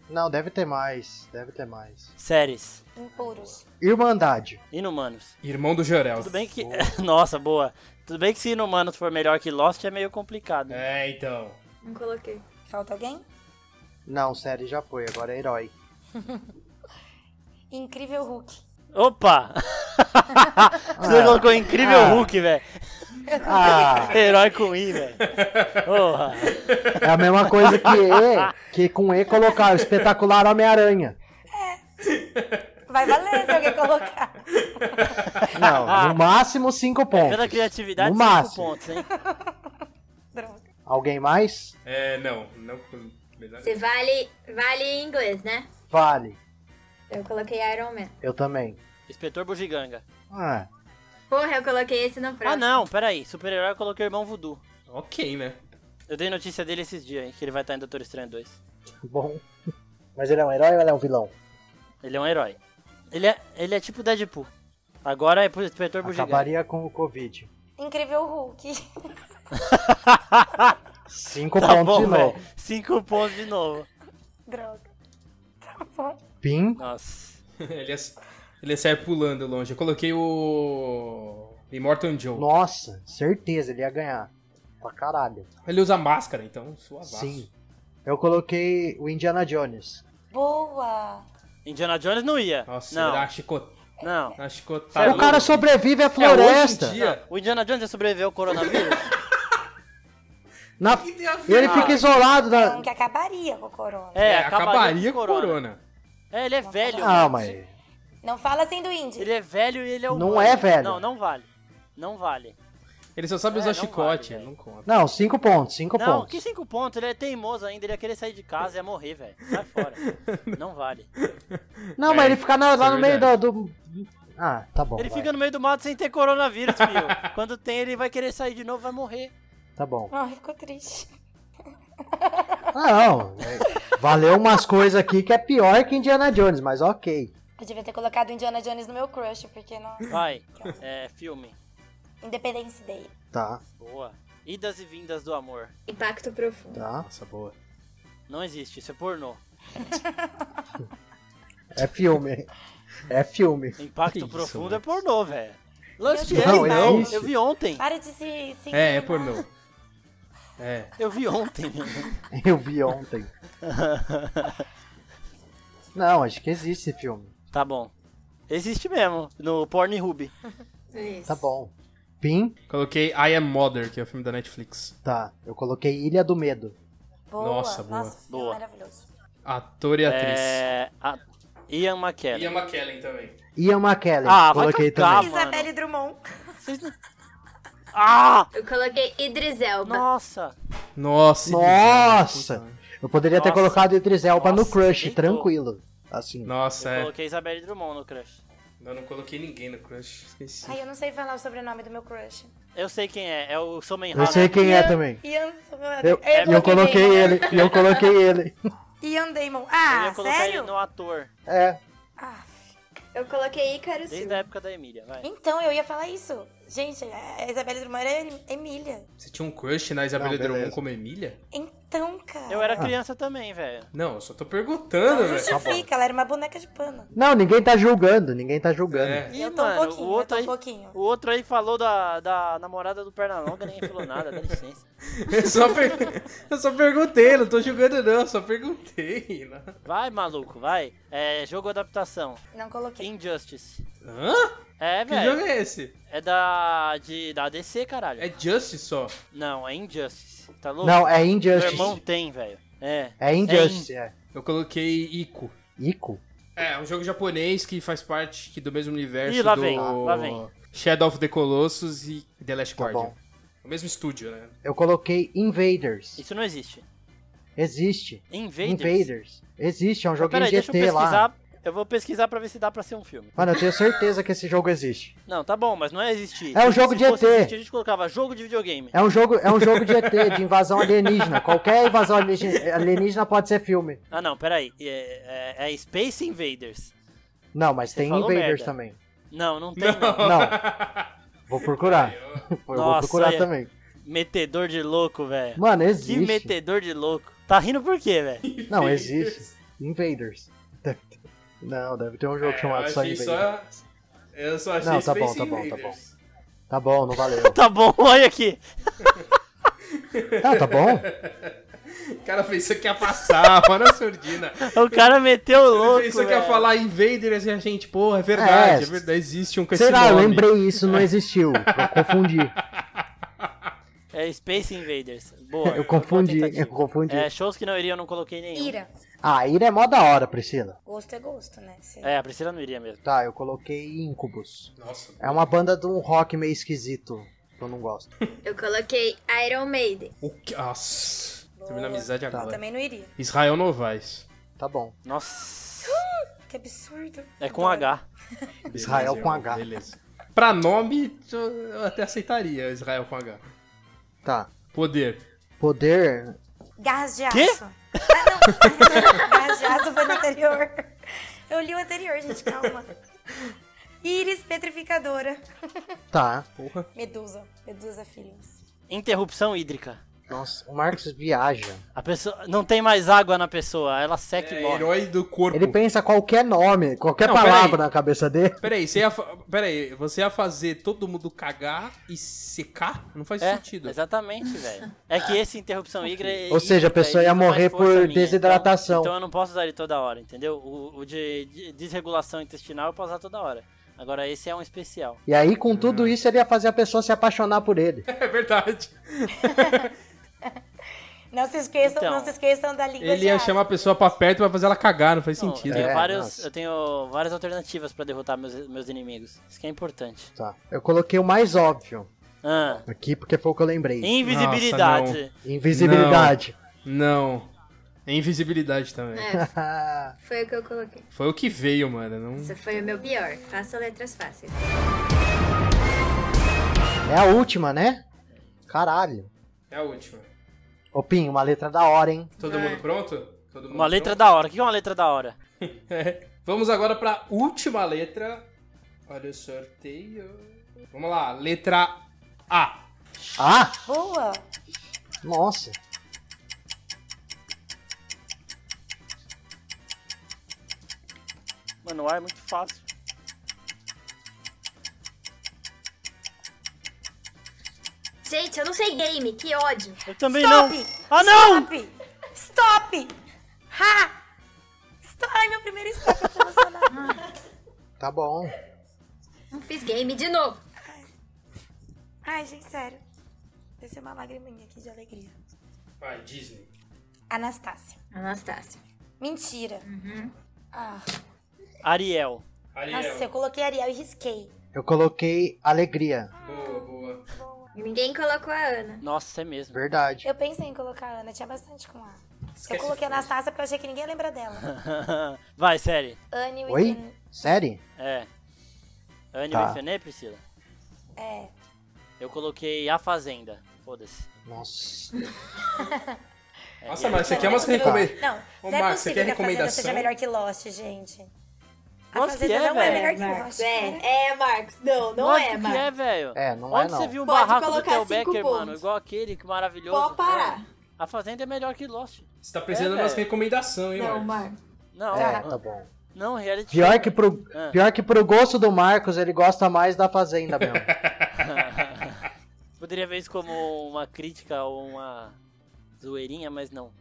[SPEAKER 4] Não, deve ter mais, deve ter mais.
[SPEAKER 2] Séries.
[SPEAKER 5] Impuros.
[SPEAKER 4] Irmandade.
[SPEAKER 2] Inumanos.
[SPEAKER 1] Irmão do Jorel.
[SPEAKER 2] Tudo bem que. Nossa, boa. Tudo bem que se Inumanos for melhor que Lost é meio complicado.
[SPEAKER 1] É, então.
[SPEAKER 6] Não coloquei.
[SPEAKER 5] Falta alguém?
[SPEAKER 4] Não, série já foi, agora é herói.
[SPEAKER 5] Incrível Hulk.
[SPEAKER 2] Opa! Você
[SPEAKER 4] Ah.
[SPEAKER 2] colocou incrível
[SPEAKER 4] Ah.
[SPEAKER 2] Hulk, velho.
[SPEAKER 4] Ah!
[SPEAKER 2] Herói com I, velho. Porra.
[SPEAKER 4] É a mesma coisa que E, que com E colocar o espetacular Homem-Aranha.
[SPEAKER 5] Vai valer se alguém colocar.
[SPEAKER 4] Não, no máximo cinco pontos.
[SPEAKER 2] Pela criatividade,
[SPEAKER 4] É. No
[SPEAKER 2] cinco
[SPEAKER 4] máximo.
[SPEAKER 2] pontos, hein?
[SPEAKER 5] Droga.
[SPEAKER 4] Alguém mais?
[SPEAKER 1] É, não. Não. melhor-
[SPEAKER 3] Você vale, vale em inglês, né?
[SPEAKER 4] Vale.
[SPEAKER 3] Eu coloquei Iron Man.
[SPEAKER 4] Eu também.
[SPEAKER 2] Inspetor Bugiganga.
[SPEAKER 4] Ah,
[SPEAKER 3] Porra, eu coloquei esse no próximo.
[SPEAKER 2] Ah, não, peraí. Super-herói eu coloquei o irmão Voodoo.
[SPEAKER 1] Ok, né?
[SPEAKER 2] Eu dei notícia dele esses dias, hein? Que ele vai estar em Doutor Estranho 2.
[SPEAKER 4] bom. Mas ele é um herói ou ele é um vilão?
[SPEAKER 2] Ele é um herói. Ele é, ele é tipo Deadpool. Agora é pro Inspetor Bugiganga.
[SPEAKER 4] Acabaria com o Covid.
[SPEAKER 5] Incrível Hulk.
[SPEAKER 4] Cinco
[SPEAKER 2] Tá
[SPEAKER 4] pontos
[SPEAKER 2] bom,
[SPEAKER 4] de
[SPEAKER 2] velho.
[SPEAKER 4] novo.
[SPEAKER 2] Cinco pontos de novo.
[SPEAKER 5] Droga. Tá bom.
[SPEAKER 4] Pim.
[SPEAKER 2] Nossa.
[SPEAKER 1] ele, ia, ele ia sair pulando longe. Eu coloquei o. Immortan Joe.
[SPEAKER 4] Nossa, certeza, ele ia ganhar. Pra caralho.
[SPEAKER 1] Ele usa máscara, então suavaço.
[SPEAKER 4] Sim. Eu coloquei o Indiana Jones.
[SPEAKER 5] Boa.
[SPEAKER 2] Indiana Jones não ia.
[SPEAKER 1] Nossa, ele dá
[SPEAKER 2] não,
[SPEAKER 1] uma chico-
[SPEAKER 2] não.
[SPEAKER 1] uma
[SPEAKER 2] Tá
[SPEAKER 1] chicotada.
[SPEAKER 4] É O cara sobrevive à
[SPEAKER 1] É, hoje em
[SPEAKER 4] floresta.
[SPEAKER 1] dia-
[SPEAKER 2] O Indiana Jones ia sobreviver ao coronavírus?
[SPEAKER 4] Na- Ele
[SPEAKER 2] Ah,
[SPEAKER 4] fica isolado
[SPEAKER 5] Então
[SPEAKER 4] da.
[SPEAKER 5] que acabaria com o corona.
[SPEAKER 2] É,
[SPEAKER 1] É, acabaria com corona.
[SPEAKER 2] É, ele é velho.
[SPEAKER 4] Ah,
[SPEAKER 2] mano.
[SPEAKER 4] mas.
[SPEAKER 5] Não fala assim do índio.
[SPEAKER 2] Ele é velho e ele é
[SPEAKER 4] Não
[SPEAKER 2] humano.
[SPEAKER 4] é velho.
[SPEAKER 2] Não, não vale. Não vale.
[SPEAKER 1] Ele só sabe
[SPEAKER 2] É,
[SPEAKER 1] usar
[SPEAKER 2] não
[SPEAKER 1] chicote,
[SPEAKER 2] vale, velho.
[SPEAKER 1] não conta.
[SPEAKER 4] Não, cinco pontos, cinco
[SPEAKER 2] não,
[SPEAKER 4] pontos.
[SPEAKER 2] que cinco pontos. Ele é teimoso ainda. Ele ia querer sair de casa e ia morrer, velho. Sai fora. não vale.
[SPEAKER 4] Não, mas
[SPEAKER 1] É,
[SPEAKER 4] ele fica na-
[SPEAKER 1] isso é
[SPEAKER 4] lá no meio do,
[SPEAKER 1] verdade.
[SPEAKER 4] do- Ah, tá bom.
[SPEAKER 2] Ele
[SPEAKER 4] vai.
[SPEAKER 2] fica no meio do mato sem ter coronavírus, filho. Quando tem, ele vai querer sair de novo, vai morrer.
[SPEAKER 4] Tá bom.
[SPEAKER 5] Ai, ficou triste.
[SPEAKER 4] Ah, não. é- Valeu umas coisas aqui que é pior que Indiana Jones, mas ok.
[SPEAKER 5] Eu devia ter colocado Indiana Jones no meu crush, porque, nossa,
[SPEAKER 2] Vai. É, filme.
[SPEAKER 5] Independence Day.
[SPEAKER 4] Tá,
[SPEAKER 2] Boa. Idas e vindas do amor.
[SPEAKER 3] Impacto profundo.
[SPEAKER 4] tá.
[SPEAKER 1] Nossa, boa.
[SPEAKER 2] Não existe, isso é pornô.
[SPEAKER 4] É filme. É filme.
[SPEAKER 2] Impacto
[SPEAKER 1] Que isso,
[SPEAKER 2] Profundo
[SPEAKER 1] mano.
[SPEAKER 2] é pornô, velho. Lance
[SPEAKER 5] Deus,
[SPEAKER 2] James,
[SPEAKER 4] não, é
[SPEAKER 2] não.
[SPEAKER 4] existe.
[SPEAKER 2] Eu vi ontem.
[SPEAKER 5] Para de se. né? se
[SPEAKER 1] É, é
[SPEAKER 5] incriminar.
[SPEAKER 1] pornô. É.
[SPEAKER 2] Eu vi ontem.
[SPEAKER 4] Eu vi ontem. Não, acho que existe esse filme.
[SPEAKER 2] tá bom. Existe mesmo, no Pornhub.
[SPEAKER 4] Tá bom. Pim?
[SPEAKER 1] Coloquei I Am Mother, que é o filme da Netflix.
[SPEAKER 4] Tá. Eu coloquei Ilha do Medo.
[SPEAKER 5] Boa,
[SPEAKER 1] Nossa, boa.
[SPEAKER 5] Nossa,
[SPEAKER 2] Boa.
[SPEAKER 5] maravilhoso.
[SPEAKER 1] Ator e atriz.
[SPEAKER 2] É, a- Ian McKellen.
[SPEAKER 1] Ian McKellen também.
[SPEAKER 4] Ian McKellen.
[SPEAKER 2] Ah, vai
[SPEAKER 4] coloquei
[SPEAKER 2] cagar,
[SPEAKER 4] também.
[SPEAKER 2] mano.
[SPEAKER 5] Isabelle Drummond.
[SPEAKER 2] Vocês não- Ah!
[SPEAKER 3] Eu coloquei Idris Elba.
[SPEAKER 2] Nossa!
[SPEAKER 1] Nossa!
[SPEAKER 4] Nossa! Eu poderia ter
[SPEAKER 2] Nossa.
[SPEAKER 4] colocado Idris Elba
[SPEAKER 2] Nossa,
[SPEAKER 4] no crush,
[SPEAKER 2] deitou.
[SPEAKER 4] tranquilo. Assim.
[SPEAKER 1] Nossa,
[SPEAKER 2] Eu
[SPEAKER 1] é.
[SPEAKER 2] coloquei Isabelle Drummond no crush.
[SPEAKER 1] Eu não coloquei ninguém no crush, esqueci.
[SPEAKER 5] Ai, eu não sei falar o sobrenome do meu crush.
[SPEAKER 2] Eu sei quem é, é o Somenhauer.
[SPEAKER 4] Eu sei quem é também.
[SPEAKER 5] Ian.
[SPEAKER 4] Eu, e
[SPEAKER 5] coloquei
[SPEAKER 4] eu coloquei
[SPEAKER 5] Damon.
[SPEAKER 4] ele. E eu coloquei ele.
[SPEAKER 5] Ian Damon.
[SPEAKER 2] Eu
[SPEAKER 5] Ah,
[SPEAKER 2] ia colocar
[SPEAKER 5] sério?
[SPEAKER 2] ele no ator,
[SPEAKER 4] É.
[SPEAKER 5] Ah,
[SPEAKER 6] Eu coloquei Ícaro
[SPEAKER 2] desde a
[SPEAKER 6] Silva.
[SPEAKER 2] época da Emília, vai.
[SPEAKER 5] então eu ia falar isso. Gente, a Isabelle Drummond era Em- Emília.
[SPEAKER 1] Você tinha um crush na Isabela
[SPEAKER 4] Não, beleza.
[SPEAKER 1] Drummond como Emília?
[SPEAKER 5] Então, cara.
[SPEAKER 2] Eu era criança também, velho.
[SPEAKER 1] Não, eu só tô perguntando,
[SPEAKER 5] Não
[SPEAKER 1] velho.
[SPEAKER 5] justifica, ela era uma boneca de pano.
[SPEAKER 4] Não, ninguém tá julgando, ninguém tá julgando.
[SPEAKER 1] É.
[SPEAKER 2] Ih,
[SPEAKER 5] eu tô
[SPEAKER 2] mano,
[SPEAKER 5] um pouquinho,
[SPEAKER 2] o outro
[SPEAKER 5] eu
[SPEAKER 2] aí-
[SPEAKER 5] tô um pouquinho.
[SPEAKER 2] O outro aí falou da, da namorada do Pernalonga, nem falou nada, dá licença.
[SPEAKER 1] Eu só, per- eu só perguntei, não tô julgando não, eu só perguntei. né?
[SPEAKER 2] Vai, maluco, vai. É jogo adaptação.
[SPEAKER 5] Não coloquei.
[SPEAKER 2] Injustice.
[SPEAKER 1] Hã?
[SPEAKER 2] É,
[SPEAKER 1] Que jogo
[SPEAKER 2] velho.
[SPEAKER 1] é esse?
[SPEAKER 2] É da. De, da DC, caralho.
[SPEAKER 1] É Justice só.
[SPEAKER 2] Não, é Injustice. Tá louco?
[SPEAKER 4] Não, é
[SPEAKER 2] Meu
[SPEAKER 4] Injustice.
[SPEAKER 2] irmão tem, velho. É.
[SPEAKER 4] É Injustice, é.
[SPEAKER 1] Eu coloquei Ico.
[SPEAKER 4] Ico?
[SPEAKER 1] É, é um jogo japonês que faz parte que- do mesmo universo
[SPEAKER 2] Ih, lá
[SPEAKER 1] do
[SPEAKER 2] vem, lá vem.
[SPEAKER 1] Shadow of the Colossus e The Last
[SPEAKER 4] Tá
[SPEAKER 1] Guardian.
[SPEAKER 4] bom.
[SPEAKER 1] O mesmo estúdio, né?
[SPEAKER 4] Eu coloquei Invaders.
[SPEAKER 2] Isso não existe.
[SPEAKER 4] Existe.
[SPEAKER 2] Invaders.
[SPEAKER 4] Invaders. Existe, é um jogo em
[SPEAKER 2] Peraí, deixa eu
[SPEAKER 4] GT
[SPEAKER 2] pesquisar.
[SPEAKER 4] lá.
[SPEAKER 2] Eu vou pesquisar pra ver se dá pra ser um filme.
[SPEAKER 4] Mano, eu tenho certeza que esse jogo existe.
[SPEAKER 2] Não, tá bom, mas não é existir.
[SPEAKER 4] É um
[SPEAKER 2] Se
[SPEAKER 4] jogo de
[SPEAKER 2] fosse
[SPEAKER 4] ET.
[SPEAKER 2] existir, a gente colocava jogo de videogame.
[SPEAKER 4] É um jogo, é um jogo de ET, de invasão alienígena. Qualquer invasão alienígena, alienígena pode ser filme.
[SPEAKER 2] Ah, não, peraí. É, é- é Space Invaders.
[SPEAKER 4] Não, mas
[SPEAKER 2] Você
[SPEAKER 4] tem
[SPEAKER 2] falou
[SPEAKER 4] Invaders
[SPEAKER 2] merda.
[SPEAKER 4] também.
[SPEAKER 2] Não, não tem. Não.
[SPEAKER 4] Vou procurar. Eu Vou
[SPEAKER 2] Nossa,
[SPEAKER 4] procurar
[SPEAKER 2] é.
[SPEAKER 4] também.
[SPEAKER 2] Metedor de louco, velho.
[SPEAKER 4] Mano,
[SPEAKER 2] Que
[SPEAKER 4] existe.
[SPEAKER 2] metedor de louco. Tá rindo por quê, velho?
[SPEAKER 4] Não, existe. Invaders. Deve ter- Não, deve ter um
[SPEAKER 1] É,
[SPEAKER 4] jogo chamado só Invaders.
[SPEAKER 1] Eu só
[SPEAKER 4] achei Não, tá bom, Space tá bom, tá Invaders. Tá bom, não valeu.
[SPEAKER 2] Tá bom, olha aqui.
[SPEAKER 4] Ah, tá bom?
[SPEAKER 1] O cara fez isso aqui a passar, para a surdina.
[SPEAKER 2] O cara meteu o louco.
[SPEAKER 1] Ele fez isso aqui a
[SPEAKER 2] velho.
[SPEAKER 1] falar Invaders e a gente, porra, é verdade, é,
[SPEAKER 4] É.
[SPEAKER 1] verdade, existe um com
[SPEAKER 4] Sei
[SPEAKER 1] esse
[SPEAKER 4] lá, eu
[SPEAKER 1] nome.
[SPEAKER 4] lembrei isso, não existiu. Eu confundi.
[SPEAKER 2] É Space Invaders. Boa.
[SPEAKER 4] Eu confundi,
[SPEAKER 2] boa tentativa.
[SPEAKER 4] eu confundi.
[SPEAKER 2] É, shows que não iriam, eu não coloquei nenhum.
[SPEAKER 5] Ira.
[SPEAKER 4] Ah, Ira é mó da hora, Priscila.
[SPEAKER 5] Gosto é gosto, né? Se-
[SPEAKER 2] É, a Priscila não iria mesmo.
[SPEAKER 4] Tá, eu coloquei Incubus.
[SPEAKER 1] Nossa,
[SPEAKER 4] É uma banda de um rock meio esquisito, que eu não gosto.
[SPEAKER 3] Eu coloquei Iron Maiden.
[SPEAKER 1] o que... Nossa, terminou a amizade
[SPEAKER 4] Tá.
[SPEAKER 1] agora.
[SPEAKER 5] Também não iria.
[SPEAKER 1] Israel Novaes.
[SPEAKER 4] Tá bom.
[SPEAKER 2] Nossa.
[SPEAKER 5] Que absurdo.
[SPEAKER 2] É com H.
[SPEAKER 4] Israel
[SPEAKER 1] Beleza,
[SPEAKER 4] com
[SPEAKER 1] irmão,
[SPEAKER 4] H.
[SPEAKER 1] Beleza. Pra nome, eu- eu até aceitaria Israel com H.
[SPEAKER 4] Tá.
[SPEAKER 1] Poder.
[SPEAKER 4] Poder.
[SPEAKER 5] Garras de
[SPEAKER 2] Quê?
[SPEAKER 5] aço. Ah, não. Garras de aço foi no anterior. Eu li o anterior, gente, calma. Íris petrificadora.
[SPEAKER 4] Tá.
[SPEAKER 1] Porra.
[SPEAKER 5] Medusa. Medusa Feelings.
[SPEAKER 2] Interrupção hídrica.
[SPEAKER 4] Nossa, o Marcos viaja.
[SPEAKER 2] A pessoa. Não tem mais água na pessoa, ela seca e
[SPEAKER 1] É,
[SPEAKER 2] morre.
[SPEAKER 1] herói do corpo.
[SPEAKER 4] Ele pensa qualquer nome, qualquer
[SPEAKER 1] Não,
[SPEAKER 4] palavra
[SPEAKER 1] peraí.
[SPEAKER 4] na cabeça dele.
[SPEAKER 1] Peraí, você ia, fa... Peraí, você ia fazer todo mundo cagar e secar? Não faz
[SPEAKER 2] É,
[SPEAKER 1] sentido.
[SPEAKER 2] exatamente, velho. É que esse interrupção é hídrica.
[SPEAKER 4] Ou seja, a pessoa ia morrer por desidratação.
[SPEAKER 2] Então, eu não posso usar ele toda hora, entendeu? O, o de, de desregulação intestinal eu posso usar toda hora. Agora esse é um especial.
[SPEAKER 4] E aí, com tudo
[SPEAKER 1] Hum.
[SPEAKER 4] isso, ele ia fazer a pessoa se apaixonar por ele.
[SPEAKER 1] É verdade.
[SPEAKER 5] Não se esqueçam,
[SPEAKER 2] Então,
[SPEAKER 5] não se esqueçam da língua
[SPEAKER 1] Ele
[SPEAKER 5] de
[SPEAKER 1] ia
[SPEAKER 5] aço.
[SPEAKER 1] chamar a pessoa pra perto pra fazer ela cagar, não faz
[SPEAKER 2] Não, Então, eu,
[SPEAKER 1] sentido.
[SPEAKER 2] tenho
[SPEAKER 4] É,
[SPEAKER 2] vários-
[SPEAKER 4] nossa.
[SPEAKER 2] eu tenho várias alternativas pra derrotar meus, meus inimigos. Isso que é importante.
[SPEAKER 4] Tá. Eu coloquei o mais óbvio
[SPEAKER 2] Ah,
[SPEAKER 4] aqui, porque foi o que eu lembrei.
[SPEAKER 2] invisibilidade.
[SPEAKER 4] Invisibilidade.
[SPEAKER 1] Não. É invisibilidade também.
[SPEAKER 3] É,
[SPEAKER 4] Ah,
[SPEAKER 3] foi o que eu coloquei.
[SPEAKER 1] Foi o que veio, mano. Não...
[SPEAKER 3] Isso foi o meu pior. Faça letras fáceis.
[SPEAKER 4] é a última, né? Caralho.
[SPEAKER 1] É a última.
[SPEAKER 4] Ô, Pinho, uma letra da hora, hein?
[SPEAKER 1] Todo mundo pronto? Todo mundo
[SPEAKER 2] Uma letra
[SPEAKER 1] pronto?
[SPEAKER 2] da hora. O que é uma letra da hora?
[SPEAKER 1] É. Vamos agora pra última letra. Olha o sorteio. Vamos lá, letra A.
[SPEAKER 4] Ah!
[SPEAKER 5] Boa.
[SPEAKER 4] Nossa.
[SPEAKER 2] Mano, o ar é muito fácil.
[SPEAKER 3] Gente, eu não sei game, que ódio.
[SPEAKER 2] Eu também
[SPEAKER 5] Stop!
[SPEAKER 2] não. Ah, não!
[SPEAKER 5] Stop! Stop! Ha! Stop! Ai, meu primeiro stop, eu tô emocionada.
[SPEAKER 4] Tá bom.
[SPEAKER 3] Não fiz game de novo.
[SPEAKER 5] Ai, gente, sério. Desceu uma lagriminha aqui de alegria.
[SPEAKER 1] Vai, Disney.
[SPEAKER 5] Anastácia.
[SPEAKER 3] Anastácia.
[SPEAKER 5] Mentira.
[SPEAKER 2] Uhum.
[SPEAKER 5] Ah,
[SPEAKER 2] Ariel.
[SPEAKER 5] nossa, eu coloquei Ariel e risquei.
[SPEAKER 4] Eu coloquei alegria.
[SPEAKER 1] Boa, boa.
[SPEAKER 3] Ninguém colocou a Ana.
[SPEAKER 2] Nossa, é mesmo.
[SPEAKER 4] Verdade.
[SPEAKER 5] Eu pensei em colocar a Ana, tinha bastante com A. eu coloquei a Anastácia porque eu achei que ninguém lembra dela.
[SPEAKER 2] Vai, série.
[SPEAKER 5] Anne
[SPEAKER 4] Oi?
[SPEAKER 5] Whitten-
[SPEAKER 4] Série?
[SPEAKER 2] É. Anne
[SPEAKER 4] Tá.
[SPEAKER 2] mencionei, Priscila?
[SPEAKER 5] É.
[SPEAKER 2] Eu coloquei A Fazenda. Foda-se.
[SPEAKER 4] Nossa.
[SPEAKER 2] É,
[SPEAKER 1] Nossa,
[SPEAKER 2] e
[SPEAKER 1] mas isso aqui é umas
[SPEAKER 5] Não,
[SPEAKER 1] recomendações.
[SPEAKER 5] Não,
[SPEAKER 1] Ô,
[SPEAKER 5] não é
[SPEAKER 1] Marcos, você quer
[SPEAKER 5] possível que a Fazenda
[SPEAKER 1] recomendação?
[SPEAKER 5] seja melhor que Lost, gente. A
[SPEAKER 2] Nossa,
[SPEAKER 5] Fazenda
[SPEAKER 2] que é,
[SPEAKER 5] não é
[SPEAKER 2] velho.
[SPEAKER 5] melhor que
[SPEAKER 6] Marcos,
[SPEAKER 5] Lost. cara.
[SPEAKER 6] é, é, Marcos. Não, não
[SPEAKER 2] Lógico
[SPEAKER 6] é,
[SPEAKER 2] que é,
[SPEAKER 6] Marcos.
[SPEAKER 2] velho.
[SPEAKER 4] É, não
[SPEAKER 2] Onde
[SPEAKER 4] é não.
[SPEAKER 2] você viu o
[SPEAKER 6] Pode
[SPEAKER 2] barraco do
[SPEAKER 6] colocar
[SPEAKER 2] Theo
[SPEAKER 6] cinco
[SPEAKER 2] Becker,
[SPEAKER 6] pontos.
[SPEAKER 2] mano? Igual aquele, que maravilhoso.
[SPEAKER 6] Pode parar.
[SPEAKER 2] Mano, A Fazenda é melhor que Lost.
[SPEAKER 1] Você tá precisando
[SPEAKER 2] É,
[SPEAKER 1] de umas
[SPEAKER 2] velho.
[SPEAKER 1] recomendações, hein,
[SPEAKER 6] Não,
[SPEAKER 1] Marcos?
[SPEAKER 6] Marcos.
[SPEAKER 2] Não,
[SPEAKER 4] É,
[SPEAKER 2] não,
[SPEAKER 4] tá bom.
[SPEAKER 2] não, reality.
[SPEAKER 4] Pior que, pro,
[SPEAKER 2] Ah.
[SPEAKER 4] pior que pro gosto do Marcos, ele gosta mais da Fazenda mesmo.
[SPEAKER 2] Poderia ver isso como uma crítica ou uma zoeirinha, mas não.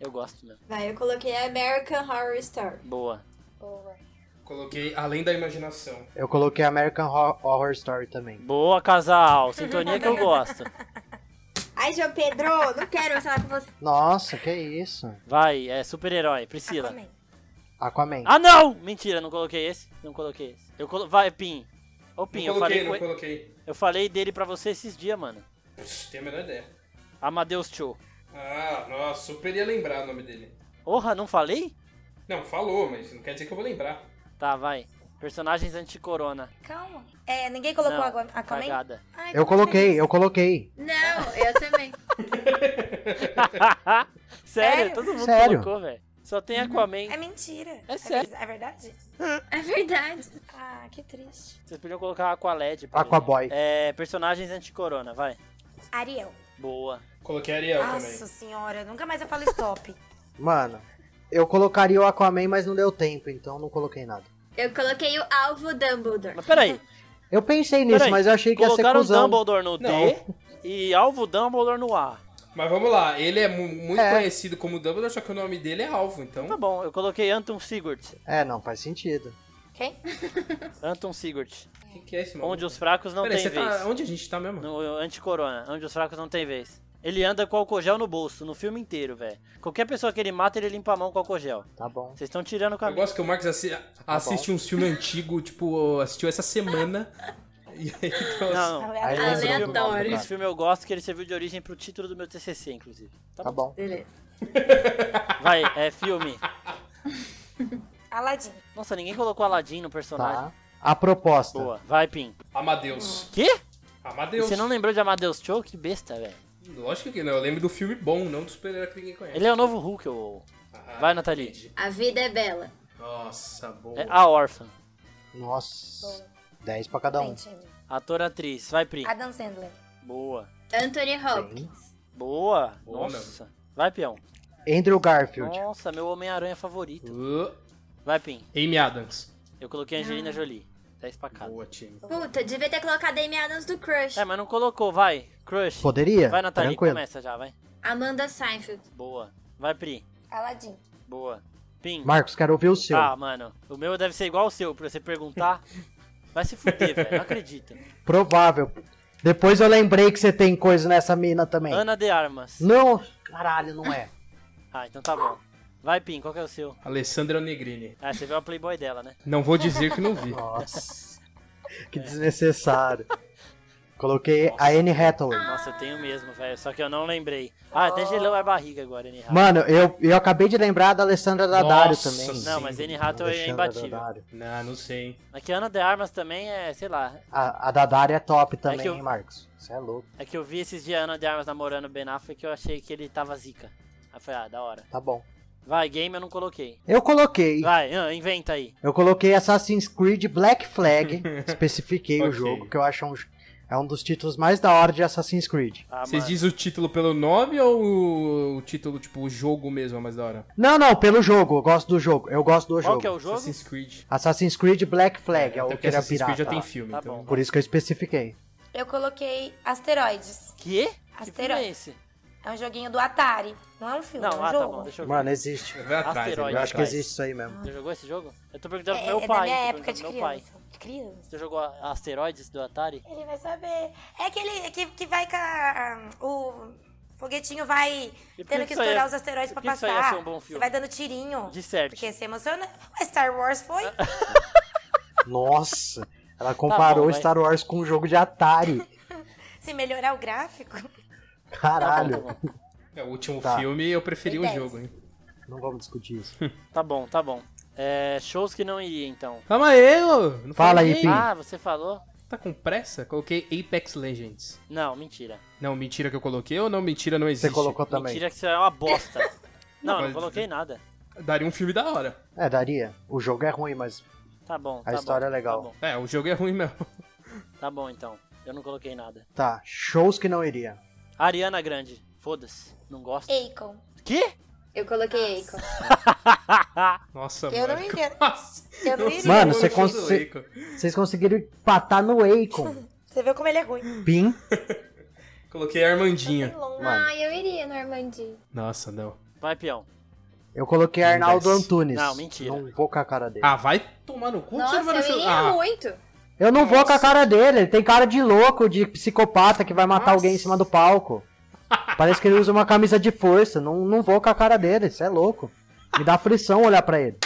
[SPEAKER 2] Eu gosto mesmo.
[SPEAKER 6] Vai, eu coloquei American Horror Story.
[SPEAKER 2] Boa.
[SPEAKER 5] Boa.
[SPEAKER 1] Coloquei Além da Imaginação.
[SPEAKER 4] Eu coloquei American Hor- Horror Story também.
[SPEAKER 2] Boa, casal. Sintonia que eu gosto.
[SPEAKER 6] Ai, João Pedro, não quero falar com você.
[SPEAKER 4] Nossa, que isso.
[SPEAKER 2] Vai, é super-herói. Priscila.
[SPEAKER 5] Aquaman.
[SPEAKER 4] Aquaman.
[SPEAKER 2] Ah, não! Mentira, não coloquei esse. Não coloquei esse. Eu colo... Vai, Pim. Ô, Pim,
[SPEAKER 1] não
[SPEAKER 2] eu
[SPEAKER 1] coloquei,
[SPEAKER 2] falei,
[SPEAKER 1] não
[SPEAKER 2] com-
[SPEAKER 1] coloquei.
[SPEAKER 2] eu falei dele pra você esses dias, mano.
[SPEAKER 1] Pff, tenho a menor ideia.
[SPEAKER 2] Amadeus Cho.
[SPEAKER 1] Ah, nossa, super ia lembrar o nome dele.
[SPEAKER 2] Porra, não falei?
[SPEAKER 1] Não, falou, mas não quer dizer que eu vou lembrar.
[SPEAKER 2] Tá, vai. Personagens anti-corona.
[SPEAKER 5] Calma. É, ninguém colocou
[SPEAKER 2] Não,
[SPEAKER 5] a Aquaman?
[SPEAKER 2] Cagada.
[SPEAKER 5] Ai, tô
[SPEAKER 4] Eu
[SPEAKER 5] muito
[SPEAKER 4] coloquei,
[SPEAKER 5] feliz.
[SPEAKER 4] eu coloquei.
[SPEAKER 3] Não, eu também.
[SPEAKER 2] sério,
[SPEAKER 5] Sério?
[SPEAKER 2] todo mundo
[SPEAKER 4] Sério.
[SPEAKER 2] colocou, velho. Só tem Aquaman.
[SPEAKER 5] É mentira.
[SPEAKER 2] É sério.
[SPEAKER 5] É verdade?
[SPEAKER 3] É verdade.
[SPEAKER 5] Ah, que triste.
[SPEAKER 2] Vocês podiam colocar Aqualed. por
[SPEAKER 4] Aquaboy.
[SPEAKER 2] exemplo. É, personagens anti-corona, vai.
[SPEAKER 5] Ariel.
[SPEAKER 2] Boa.
[SPEAKER 1] Coloquei Ariel
[SPEAKER 5] Nossa
[SPEAKER 1] também.
[SPEAKER 5] senhora, nunca mais eu falo stop.
[SPEAKER 4] Mano, eu colocaria o Aquaman, mas não deu tempo, então não coloquei nada.
[SPEAKER 3] Eu coloquei o alvo Dumbledore.
[SPEAKER 2] Mas peraí.
[SPEAKER 4] Eu pensei nisso,
[SPEAKER 2] peraí.
[SPEAKER 4] mas eu achei que ia ser
[SPEAKER 2] Colocaram
[SPEAKER 4] cuzão.
[SPEAKER 2] Dumbledore no D e Alvo Dumbledore no A.
[SPEAKER 1] Mas vamos lá, ele é mu- muito
[SPEAKER 4] É.
[SPEAKER 1] conhecido como Dumbledore, só que o nome dele é Alvo, então.
[SPEAKER 2] Tá bom, eu coloquei Anton Sigurd.
[SPEAKER 4] É, não, faz sentido.
[SPEAKER 5] Quem?
[SPEAKER 2] Anton Sigurd.
[SPEAKER 1] Quem que é esse maluco?
[SPEAKER 2] Onde os fracos não
[SPEAKER 1] Peraí, você
[SPEAKER 2] têm vez.
[SPEAKER 1] tá. Onde a gente tá mesmo?
[SPEAKER 2] No anti-corona, onde os fracos não têm vez. Ele anda com álcool gel no bolso, no filme inteiro, velho. Qualquer pessoa que ele mata, ele limpa a mão com álcool gel.
[SPEAKER 4] Tá bom.
[SPEAKER 2] Vocês estão tirando o
[SPEAKER 1] Eu
[SPEAKER 2] caminho.
[SPEAKER 1] gosto que o Marcos assi-
[SPEAKER 2] Tá
[SPEAKER 1] assiste uns filmes antigos, tipo, assistiu essa semana. E aí, então,
[SPEAKER 2] Não, não.
[SPEAKER 4] Aí
[SPEAKER 5] Aleatório.
[SPEAKER 4] lembrou do nome do
[SPEAKER 3] Aleatório.
[SPEAKER 2] Esse
[SPEAKER 4] cara.
[SPEAKER 2] filme eu gosto que ele serviu de origem pro título do meu TCC, inclusive. Tá
[SPEAKER 4] Tá
[SPEAKER 2] bom.
[SPEAKER 4] bom.
[SPEAKER 3] Beleza.
[SPEAKER 2] Vai, é filme.
[SPEAKER 5] Aladdin.
[SPEAKER 2] Nossa, ninguém colocou Aladdin no personagem.
[SPEAKER 4] Tá. A proposta.
[SPEAKER 2] Boa, vai, Pim.
[SPEAKER 1] Amadeus.
[SPEAKER 2] Quê?
[SPEAKER 1] Amadeus.
[SPEAKER 2] Você não lembrou de Amadeus Cho? Que besta, velho.
[SPEAKER 1] Lógico que não, eu lembro do filme bom, não do super-herói que ninguém conhece.
[SPEAKER 2] Ele é o novo Hulk, ô.
[SPEAKER 1] Ah,
[SPEAKER 2] Vai, Nathalie.
[SPEAKER 1] entendi.
[SPEAKER 3] A vida é bela.
[SPEAKER 1] Nossa, boa.
[SPEAKER 2] É a órfã.
[SPEAKER 4] Nossa. 10 pra cada um.
[SPEAKER 5] Mentira.
[SPEAKER 2] Ator, atriz. Vai, Pri.
[SPEAKER 5] Adam Sandler.
[SPEAKER 2] Boa.
[SPEAKER 3] Anthony Hopkins.
[SPEAKER 2] Boa.
[SPEAKER 1] Boa,
[SPEAKER 2] Nossa. Vai, Pião.
[SPEAKER 4] Andrew Garfield.
[SPEAKER 2] Nossa, meu Homem-Aranha favorito.
[SPEAKER 1] Uh,
[SPEAKER 2] Vai, Pim.
[SPEAKER 1] Amy Adams.
[SPEAKER 2] Eu coloquei Angelina Jolie. Tá 10 pra cada.
[SPEAKER 1] Boa, time.
[SPEAKER 3] Puta, devia ter colocado a Amy Adams do Crush.
[SPEAKER 2] É, mas não colocou. Vai. Crush.
[SPEAKER 4] Poderia?
[SPEAKER 2] Vai, Nathalie.
[SPEAKER 4] Tranquilo.
[SPEAKER 2] Começa já, vai.
[SPEAKER 3] Amanda Seinfeld.
[SPEAKER 2] Boa. Vai, Pri.
[SPEAKER 5] Aladdin.
[SPEAKER 2] Boa. Pim.
[SPEAKER 4] Marcos, quero ouvir o é seu.
[SPEAKER 2] Ah, mano. O meu deve ser igual o seu, pra você perguntar. Vai se fuder, velho. Não acredito.
[SPEAKER 4] Provável. Depois eu lembrei que você tem coisa nessa mina também.
[SPEAKER 2] Ana de Armas.
[SPEAKER 4] Não, caralho, não é.
[SPEAKER 2] Ah, então tá bom. Vai, Pim. Qual que é o seu?
[SPEAKER 1] Alessandra Negrini.
[SPEAKER 2] Ah, você viu a Playboy dela, né?
[SPEAKER 1] Não vou dizer que não vi.
[SPEAKER 4] Nossa. Que desnecessário. Coloquei a Anne Hathaway.
[SPEAKER 2] Nossa, eu tenho mesmo, velho. Só que eu não lembrei. Ah, até gelou a barriga agora, Anne Hathaway.
[SPEAKER 4] Mano, eu, eu acabei de lembrar da Alessandra Daddario
[SPEAKER 1] Nossa
[SPEAKER 4] também.
[SPEAKER 1] Senhora.
[SPEAKER 2] Tá. Não, mas Anne Hathaway é
[SPEAKER 4] Alexandra
[SPEAKER 2] imbatível.
[SPEAKER 4] Daddario.
[SPEAKER 1] não, não sei. hein.
[SPEAKER 2] É que Ana de Armas também é, sei lá.
[SPEAKER 4] A, a Daddario é top também,
[SPEAKER 2] que eu-
[SPEAKER 4] hein, Marcos? Você é louco.
[SPEAKER 2] É que eu vi esses dias Ana de Armas namorando o Ben Affleck e eu achei que ele tava zica. Aí foi, ah, da hora.
[SPEAKER 4] Tá bom.
[SPEAKER 2] Vai, game eu não coloquei.
[SPEAKER 4] Eu coloquei.
[SPEAKER 2] Vai, ah, inventa aí.
[SPEAKER 4] Eu coloquei Assassin's Creed Black Flag. especifiquei
[SPEAKER 1] Ok.
[SPEAKER 4] o jogo, que eu acho um, É um dos títulos mais da hora de Assassin's Creed.
[SPEAKER 2] Ah,
[SPEAKER 1] Vocês
[SPEAKER 2] mano.
[SPEAKER 1] dizem o título pelo nome ou o título, tipo, o jogo mesmo é mais da hora?
[SPEAKER 4] Não, não, pelo jogo. Eu gosto do jogo. Eu gosto do
[SPEAKER 2] Qual
[SPEAKER 4] jogo.
[SPEAKER 2] que é o então, jogo?
[SPEAKER 1] Assassin's Creed.
[SPEAKER 4] Assassin's Creed Black Flag. É,
[SPEAKER 1] Até
[SPEAKER 4] o
[SPEAKER 1] porque
[SPEAKER 4] que era
[SPEAKER 1] Assassin's
[SPEAKER 4] pirata.
[SPEAKER 1] Creed já tem
[SPEAKER 4] lá.
[SPEAKER 1] filme,
[SPEAKER 2] Tá
[SPEAKER 1] então.
[SPEAKER 2] bom.
[SPEAKER 4] Por isso que eu especifiquei.
[SPEAKER 5] Eu coloquei Asteroides.
[SPEAKER 2] Que? Que filme é
[SPEAKER 5] Asteroide.
[SPEAKER 2] esse?
[SPEAKER 5] É um joguinho do Atari. Não é um filme, é um
[SPEAKER 2] Não, ah, tá
[SPEAKER 5] jogo.
[SPEAKER 2] bom, deixa eu ver.
[SPEAKER 4] Mano, é- existe.
[SPEAKER 1] Vai atrás,
[SPEAKER 2] Asteroide.
[SPEAKER 1] vai
[SPEAKER 4] Eu acho que
[SPEAKER 1] atrás.
[SPEAKER 4] existe isso aí mesmo.
[SPEAKER 2] Você jogou esse jogo? Eu tô perguntando
[SPEAKER 5] é,
[SPEAKER 2] pro
[SPEAKER 5] é
[SPEAKER 2] meu pai.
[SPEAKER 5] da minha
[SPEAKER 2] tô
[SPEAKER 5] época
[SPEAKER 2] perguntando
[SPEAKER 5] de
[SPEAKER 2] pro meu pai.
[SPEAKER 5] criança. De criança.
[SPEAKER 2] Você jogou a- Asteroides do Atari?
[SPEAKER 5] Ele vai saber. É aquele que, que vai com a- o foguetinho vai
[SPEAKER 2] E por
[SPEAKER 5] tendo
[SPEAKER 2] que
[SPEAKER 5] que
[SPEAKER 2] isso
[SPEAKER 5] estourar
[SPEAKER 2] aí é-
[SPEAKER 5] os asteroides
[SPEAKER 2] e
[SPEAKER 5] pra
[SPEAKER 2] por que isso aí ia
[SPEAKER 5] passar.
[SPEAKER 2] ser um bom filme?
[SPEAKER 5] Você vai dando tirinho.
[SPEAKER 2] De certo.
[SPEAKER 5] Porque você emociona. Mas Star Wars foi.
[SPEAKER 4] Nossa! Ela comparou
[SPEAKER 2] Tá bom, vai.
[SPEAKER 4] Star Wars com um jogo de Atari.
[SPEAKER 5] Se melhorar o gráfico.
[SPEAKER 4] Caralho.
[SPEAKER 2] Tá
[SPEAKER 1] É, o último
[SPEAKER 4] Tá.
[SPEAKER 1] filme eu preferi o
[SPEAKER 5] Tem
[SPEAKER 1] jogo, hein?
[SPEAKER 4] Não vamos discutir isso.
[SPEAKER 2] Tá bom, tá bom. É, shows que não ia, então.
[SPEAKER 1] Calma aí, ô! Não
[SPEAKER 4] Fala aí,
[SPEAKER 1] falei.
[SPEAKER 4] Pi.
[SPEAKER 2] Ah, você falou?
[SPEAKER 1] Tá com pressa? Coloquei Apex Legends.
[SPEAKER 2] Não, mentira.
[SPEAKER 1] Não, mentira que eu coloquei ou não? Mentira não existe?
[SPEAKER 4] Você colocou também.
[SPEAKER 2] Mentira que isso é uma bosta. não, não
[SPEAKER 1] mas-
[SPEAKER 2] coloquei nada.
[SPEAKER 1] Daria um filme da hora.
[SPEAKER 4] É, daria. O jogo é ruim, mas
[SPEAKER 2] Tá bom.
[SPEAKER 4] A
[SPEAKER 2] tá
[SPEAKER 4] história
[SPEAKER 2] bom,
[SPEAKER 4] é legal.
[SPEAKER 2] Tá bom,
[SPEAKER 1] É, o jogo é ruim mesmo.
[SPEAKER 2] tá bom, então. Eu não coloquei nada.
[SPEAKER 4] tá. Shows que não iria.
[SPEAKER 2] Ariana Grande. Foda-se. Não gosto.
[SPEAKER 5] Akon.
[SPEAKER 2] Que?
[SPEAKER 3] Eu coloquei Akon.
[SPEAKER 1] Nossa,
[SPEAKER 5] Eu
[SPEAKER 1] mano.
[SPEAKER 5] não entendo.
[SPEAKER 1] Nossa.
[SPEAKER 5] Eu não
[SPEAKER 1] Nossa,
[SPEAKER 5] iria.
[SPEAKER 4] Mano,
[SPEAKER 1] eu
[SPEAKER 4] você
[SPEAKER 1] tô
[SPEAKER 4] cons-
[SPEAKER 1] zoando,
[SPEAKER 4] você-
[SPEAKER 1] Ico.
[SPEAKER 4] Vocês conseguiram empatar no Akon.
[SPEAKER 5] Você viu como ele é ruim.
[SPEAKER 4] Pim.
[SPEAKER 1] Coloquei Armandinho.
[SPEAKER 5] Longo.
[SPEAKER 4] Mano,
[SPEAKER 3] Ah, eu iria no Armandinho.
[SPEAKER 1] Nossa, não.
[SPEAKER 2] Vai, peão.
[SPEAKER 4] eu coloquei Arnaldo
[SPEAKER 1] desce.
[SPEAKER 4] Antunes.
[SPEAKER 2] Não, mentira.
[SPEAKER 4] Não vou com a cara dele.
[SPEAKER 1] Ah, vai tomar no cu que você não
[SPEAKER 3] Nossa,
[SPEAKER 1] vai no
[SPEAKER 3] eu
[SPEAKER 1] show.
[SPEAKER 3] iria
[SPEAKER 1] Ah,
[SPEAKER 3] muito.
[SPEAKER 4] Eu não vou com a cara dele. Ele tem cara de louco, de psicopata que vai matar
[SPEAKER 1] Nossa.
[SPEAKER 4] alguém em cima do palco. Parece que ele usa uma camisa de força. Não, não vou com a cara dele. Isso é louco. Me dá aflição olhar pra ele.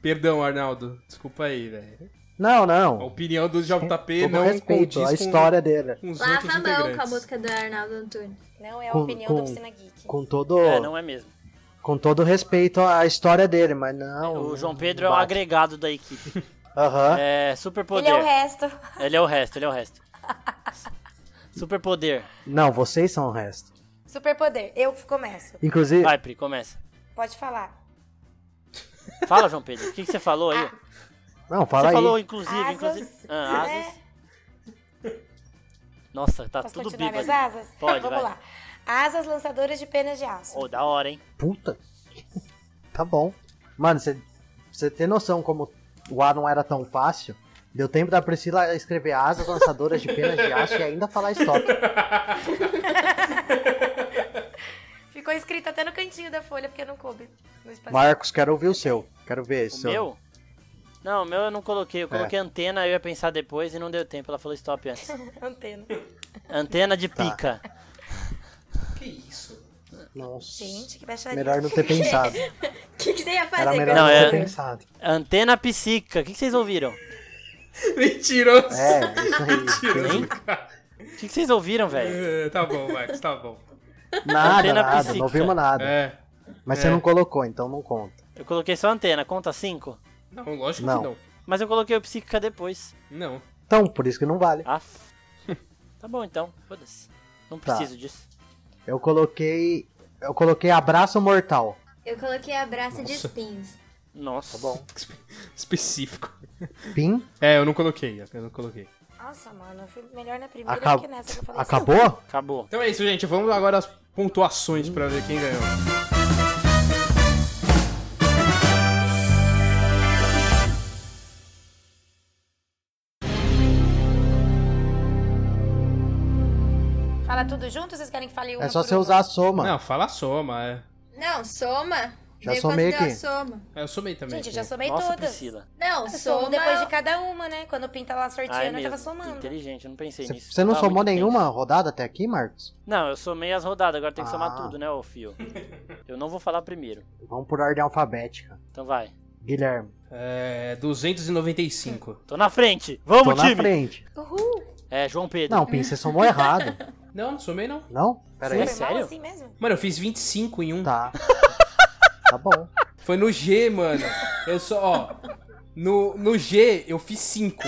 [SPEAKER 1] perdão, Arnaldo. Desculpa aí, velho.
[SPEAKER 4] Não,
[SPEAKER 1] A
[SPEAKER 4] não.
[SPEAKER 1] opinião do JP
[SPEAKER 4] Todo
[SPEAKER 1] não
[SPEAKER 4] respeito
[SPEAKER 1] condiz
[SPEAKER 4] à
[SPEAKER 1] com-
[SPEAKER 4] história dele.
[SPEAKER 1] com os outros
[SPEAKER 3] Lava a mão com a
[SPEAKER 1] integrantes.
[SPEAKER 3] música do Arnaldo Antunes.
[SPEAKER 5] Não é a
[SPEAKER 4] Com-
[SPEAKER 5] opinião
[SPEAKER 4] com-
[SPEAKER 5] da Oficina Geek.
[SPEAKER 4] Com todo,
[SPEAKER 2] É, não é mesmo.
[SPEAKER 4] com todo respeito à história dele, mas não.
[SPEAKER 2] O
[SPEAKER 4] não
[SPEAKER 2] João Pedro é um
[SPEAKER 4] bate.
[SPEAKER 2] agregado da equipe.
[SPEAKER 4] Aham.
[SPEAKER 2] É, superpoder.
[SPEAKER 5] Ele é o resto.
[SPEAKER 2] Ele é o resto, ele é o resto. Superpoder.
[SPEAKER 4] Não, vocês são o resto.
[SPEAKER 5] Superpoder. Eu que começo.
[SPEAKER 4] Inclusive,
[SPEAKER 2] Vai, Pri, começa.
[SPEAKER 5] Pode falar.
[SPEAKER 2] Fala, João Pedro. O que, que você falou aí?
[SPEAKER 4] não, fala
[SPEAKER 2] você
[SPEAKER 4] aí.
[SPEAKER 2] falou, inclusive,
[SPEAKER 5] Ah. Asas,
[SPEAKER 2] inclusive. Ah,
[SPEAKER 5] né?
[SPEAKER 2] asas. Nossa, tá
[SPEAKER 5] É. Posso
[SPEAKER 2] tudo
[SPEAKER 5] continuar
[SPEAKER 2] bêbado.
[SPEAKER 5] minhas asas?
[SPEAKER 2] Pode, vai.
[SPEAKER 5] Vamos lá. Asas lançadoras de penas de aço.
[SPEAKER 2] Ô, da hora, hein?
[SPEAKER 4] Puta. tá bom. Mano, você- você tem noção como o ar não era tão fácil? Deu tempo da Priscila escrever asas lançadoras de penas de aço e ainda falar stop.
[SPEAKER 5] Ficou escrito até no cantinho da folha, porque não coube. No espaço.
[SPEAKER 4] Marcos, quero ouvir o seu. Quero ver esse
[SPEAKER 2] O
[SPEAKER 4] seu.
[SPEAKER 2] meu? Não, o meu eu não coloquei. Eu
[SPEAKER 4] É.
[SPEAKER 2] coloquei antena, eu ia pensar depois e não deu tempo. Ela falou stop antes.
[SPEAKER 5] Antena.
[SPEAKER 2] Antena de
[SPEAKER 4] Tá.
[SPEAKER 2] pica.
[SPEAKER 1] Que isso?
[SPEAKER 4] Nossa.
[SPEAKER 5] Gente, tá que baixaria.
[SPEAKER 4] Melhor não ter pensado.
[SPEAKER 3] O que, que você ia fazer?
[SPEAKER 4] Era melhor
[SPEAKER 3] cara?
[SPEAKER 4] não,
[SPEAKER 2] Não,
[SPEAKER 4] ter
[SPEAKER 2] é-
[SPEAKER 4] pensado.
[SPEAKER 2] Antena psica. O que, que vocês ouviram?
[SPEAKER 1] Mentiroso.
[SPEAKER 4] É, isso aí.
[SPEAKER 1] Mentiroso, cara.
[SPEAKER 2] O que, que vocês ouviram, velho?
[SPEAKER 1] É, Tá bom, Marcos, tá bom.
[SPEAKER 4] Nada,
[SPEAKER 2] Antena
[SPEAKER 4] nada.
[SPEAKER 2] psíquica.
[SPEAKER 4] Não vimos nada.
[SPEAKER 1] É.
[SPEAKER 4] Mas
[SPEAKER 1] é.
[SPEAKER 4] você não colocou, então não conta.
[SPEAKER 2] Eu coloquei só antena. Conta cinco.
[SPEAKER 1] Não, lógico
[SPEAKER 4] Não.
[SPEAKER 1] que não.
[SPEAKER 2] Mas eu coloquei o psíquica depois.
[SPEAKER 1] Não.
[SPEAKER 4] Então, por isso que não vale.
[SPEAKER 2] Aff. tá bom então. Foda-se. Não
[SPEAKER 4] Tá.
[SPEAKER 2] preciso disso.
[SPEAKER 4] Eu coloquei. Eu coloquei abraço mortal.
[SPEAKER 3] Eu coloquei abraço de
[SPEAKER 1] Nossa.
[SPEAKER 3] espinhos.
[SPEAKER 2] Nossa. Tá
[SPEAKER 4] bom.
[SPEAKER 1] Espe- Específico.
[SPEAKER 4] Pim?
[SPEAKER 1] É, eu não coloquei, eu não coloquei.
[SPEAKER 5] Nossa, mano, eu fui melhor na primeira
[SPEAKER 4] Acab...
[SPEAKER 5] que nessa que eu falei.
[SPEAKER 4] Acabou?
[SPEAKER 2] Acabou.
[SPEAKER 1] Então é isso, gente. Vamos agora às pontuações pra ver quem ganhou.
[SPEAKER 5] assim. Fala tudo junto, vocês querem que fale uma
[SPEAKER 4] É só
[SPEAKER 5] por
[SPEAKER 4] você
[SPEAKER 5] uma?
[SPEAKER 4] usar a soma.
[SPEAKER 1] Não, fala a soma, é.
[SPEAKER 3] Não, soma.
[SPEAKER 4] Já
[SPEAKER 3] Vê
[SPEAKER 4] somei
[SPEAKER 3] quanto deu
[SPEAKER 4] aqui.
[SPEAKER 3] a soma.
[SPEAKER 1] É, Eu somei também.
[SPEAKER 5] Gente, eu já somei
[SPEAKER 2] Nossa,
[SPEAKER 5] todas.
[SPEAKER 2] Priscila.
[SPEAKER 3] Não,
[SPEAKER 5] Eu
[SPEAKER 3] soma.
[SPEAKER 5] sou É, depois de cada uma, né? Quando pinta lá sorteando,
[SPEAKER 2] Ah, é
[SPEAKER 5] eu
[SPEAKER 2] mesmo.
[SPEAKER 5] tava somando.
[SPEAKER 2] Inteligente, eu não pensei
[SPEAKER 4] Você-
[SPEAKER 2] nisso.
[SPEAKER 4] Você não
[SPEAKER 2] Tá
[SPEAKER 4] somou
[SPEAKER 2] muito tenso.
[SPEAKER 4] nenhuma rodada até aqui, Marcos?
[SPEAKER 2] Não, eu somei as rodadas, agora tem que somar
[SPEAKER 4] Ah.
[SPEAKER 2] tudo, né, ô fio? Eu não vou falar primeiro.
[SPEAKER 4] Vamos por ordem alfabética.
[SPEAKER 2] Então vai.
[SPEAKER 4] Guilherme,
[SPEAKER 1] É, 295.
[SPEAKER 2] Tô na frente. Vamos,
[SPEAKER 4] tô
[SPEAKER 2] time.
[SPEAKER 4] na frente.
[SPEAKER 5] Uhul!
[SPEAKER 2] É, João Pedro.
[SPEAKER 4] Não, Pim, você somou errado.
[SPEAKER 1] Não, não somei não.
[SPEAKER 4] Não? Pera
[SPEAKER 2] É
[SPEAKER 4] aí.
[SPEAKER 5] Foi mal
[SPEAKER 2] sério?
[SPEAKER 5] assim mesmo?
[SPEAKER 1] Mano, eu fiz 25 em um.
[SPEAKER 4] Tá. Tá bom.
[SPEAKER 1] Foi no G, mano. Eu só, ó. No, no G, eu fiz 5.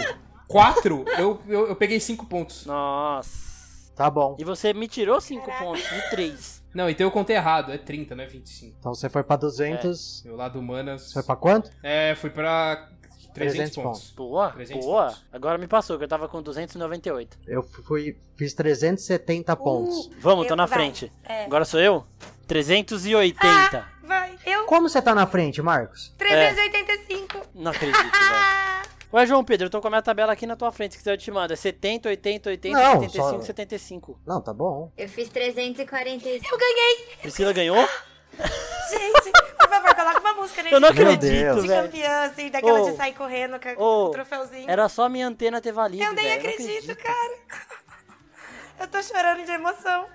[SPEAKER 1] 4, eu, eu, eu peguei 5 pontos.
[SPEAKER 2] Nossa.
[SPEAKER 4] Tá bom.
[SPEAKER 2] E você me tirou 5
[SPEAKER 5] Caraca.
[SPEAKER 2] pontos de 3.
[SPEAKER 1] Não, então eu contei errado. É 30, não é 25.
[SPEAKER 4] Então você foi pra 200.
[SPEAKER 2] É.
[SPEAKER 1] Meu lado humanas.
[SPEAKER 4] Você foi pra quanto?
[SPEAKER 1] É, fui pra 300,
[SPEAKER 4] 300
[SPEAKER 1] pontos.
[SPEAKER 2] Boa,
[SPEAKER 1] 300
[SPEAKER 2] boa.
[SPEAKER 1] pontos.
[SPEAKER 2] Agora me passou, que eu tava com 298.
[SPEAKER 4] Eu fui, fiz 370 pontos.
[SPEAKER 2] Vamos,
[SPEAKER 5] Eu-
[SPEAKER 2] tô na
[SPEAKER 5] vai.
[SPEAKER 2] frente.
[SPEAKER 5] É. Ah!
[SPEAKER 2] Agora sou eu? 380.
[SPEAKER 5] Vai. Eu,
[SPEAKER 4] Como você tá na frente, Marcos?
[SPEAKER 2] É.
[SPEAKER 5] 385.
[SPEAKER 2] Não acredito, velho. Ué, João Pedro, eu tô com a minha tabela aqui na tua frente, se quiser eu te mando. É 70, 80, 80,
[SPEAKER 4] Não,
[SPEAKER 2] 75,
[SPEAKER 4] só-
[SPEAKER 2] 75.
[SPEAKER 4] Não, tá bom.
[SPEAKER 3] Eu fiz 345.
[SPEAKER 5] Eu ganhei.
[SPEAKER 2] Priscila ganhou?
[SPEAKER 5] Gente, por favor, coloca uma música nele.
[SPEAKER 2] Eu não
[SPEAKER 4] Meu
[SPEAKER 2] acredito,
[SPEAKER 4] Deus.
[SPEAKER 5] De
[SPEAKER 2] velho.
[SPEAKER 5] campeã, assim, daquela
[SPEAKER 2] Ô.
[SPEAKER 5] de sair correndo com a-
[SPEAKER 2] Ô.
[SPEAKER 5] com o troféuzinho.
[SPEAKER 2] Era só minha antena ter valido,
[SPEAKER 5] Eu nem
[SPEAKER 2] velho, não
[SPEAKER 5] acredito, cara. Eu tô chorando de emoção.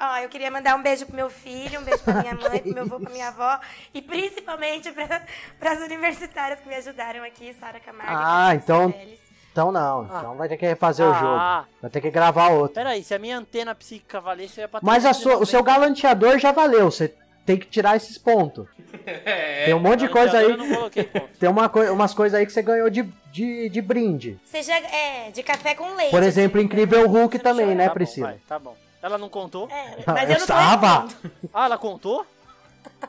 [SPEAKER 5] Ó, eu queria mandar um beijo pro meu filho, um beijo pra minha mãe, pro meu avô, pra minha avó. E principalmente pra, pras universitárias que me ajudaram aqui, Sara Camargo.
[SPEAKER 4] Ah,
[SPEAKER 5] Patrícia
[SPEAKER 4] então-
[SPEAKER 5] Vélez.
[SPEAKER 4] Então
[SPEAKER 5] Ah.
[SPEAKER 4] não, então vai ter que refazer o
[SPEAKER 2] Ah.
[SPEAKER 4] jogo. Vai ter que gravar outro.
[SPEAKER 2] Peraí, se a minha antena psíquica valesse, eu ia pra
[SPEAKER 4] Mas a sua- o seu galanteador já valeu, você tem que tirar esses pontos. tem um monte de coisa
[SPEAKER 2] É,
[SPEAKER 4] aí.
[SPEAKER 2] Então Eu não coloquei ponto.
[SPEAKER 4] Tem uma coi- umas coisas aí que você ganhou de, de, de brinde.
[SPEAKER 5] Você já, é, de café com leite. assim, né?
[SPEAKER 4] Por exemplo, Incrível Hulk também, né,
[SPEAKER 2] tá Bom,
[SPEAKER 4] Priscila?
[SPEAKER 2] vai, tá bom. Ela não contou?
[SPEAKER 5] É, mas eu não tô
[SPEAKER 4] Estava!
[SPEAKER 2] Ah, ela contou?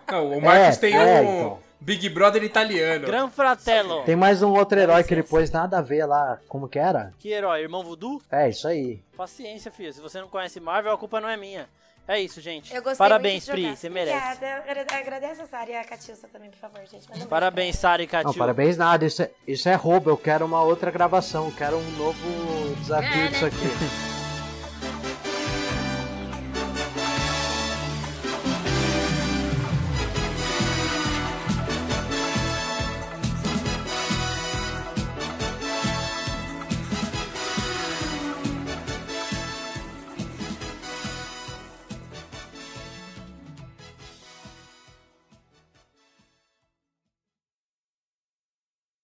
[SPEAKER 1] Não, o Marcos
[SPEAKER 4] É,
[SPEAKER 1] tem um
[SPEAKER 4] é, então.
[SPEAKER 1] Big Brother italiano.
[SPEAKER 2] Gran Fratello.
[SPEAKER 4] Tem mais um outro herói que ele pôs nada a ver lá. Como que era?
[SPEAKER 2] Que herói, irmão voodoo?
[SPEAKER 4] É, isso aí.
[SPEAKER 2] Paciência, filho. Se você não conhece Marvel, a culpa não é minha. É isso, gente.
[SPEAKER 5] Eu gostei
[SPEAKER 2] Parabéns,
[SPEAKER 5] muito de jogar.
[SPEAKER 2] Pri, você merece.
[SPEAKER 5] Obrigada. Eu agrade- Agradeço a Sara e a Catiúça também, por favor, gente. Manda um
[SPEAKER 2] Parabéns,
[SPEAKER 5] beijo pra
[SPEAKER 2] Sara e Catil.
[SPEAKER 4] Não, parabéns nada, isso é, isso é roubo. Eu quero uma outra gravação, eu quero um novo desafio
[SPEAKER 3] É, né?
[SPEAKER 4] disso aqui.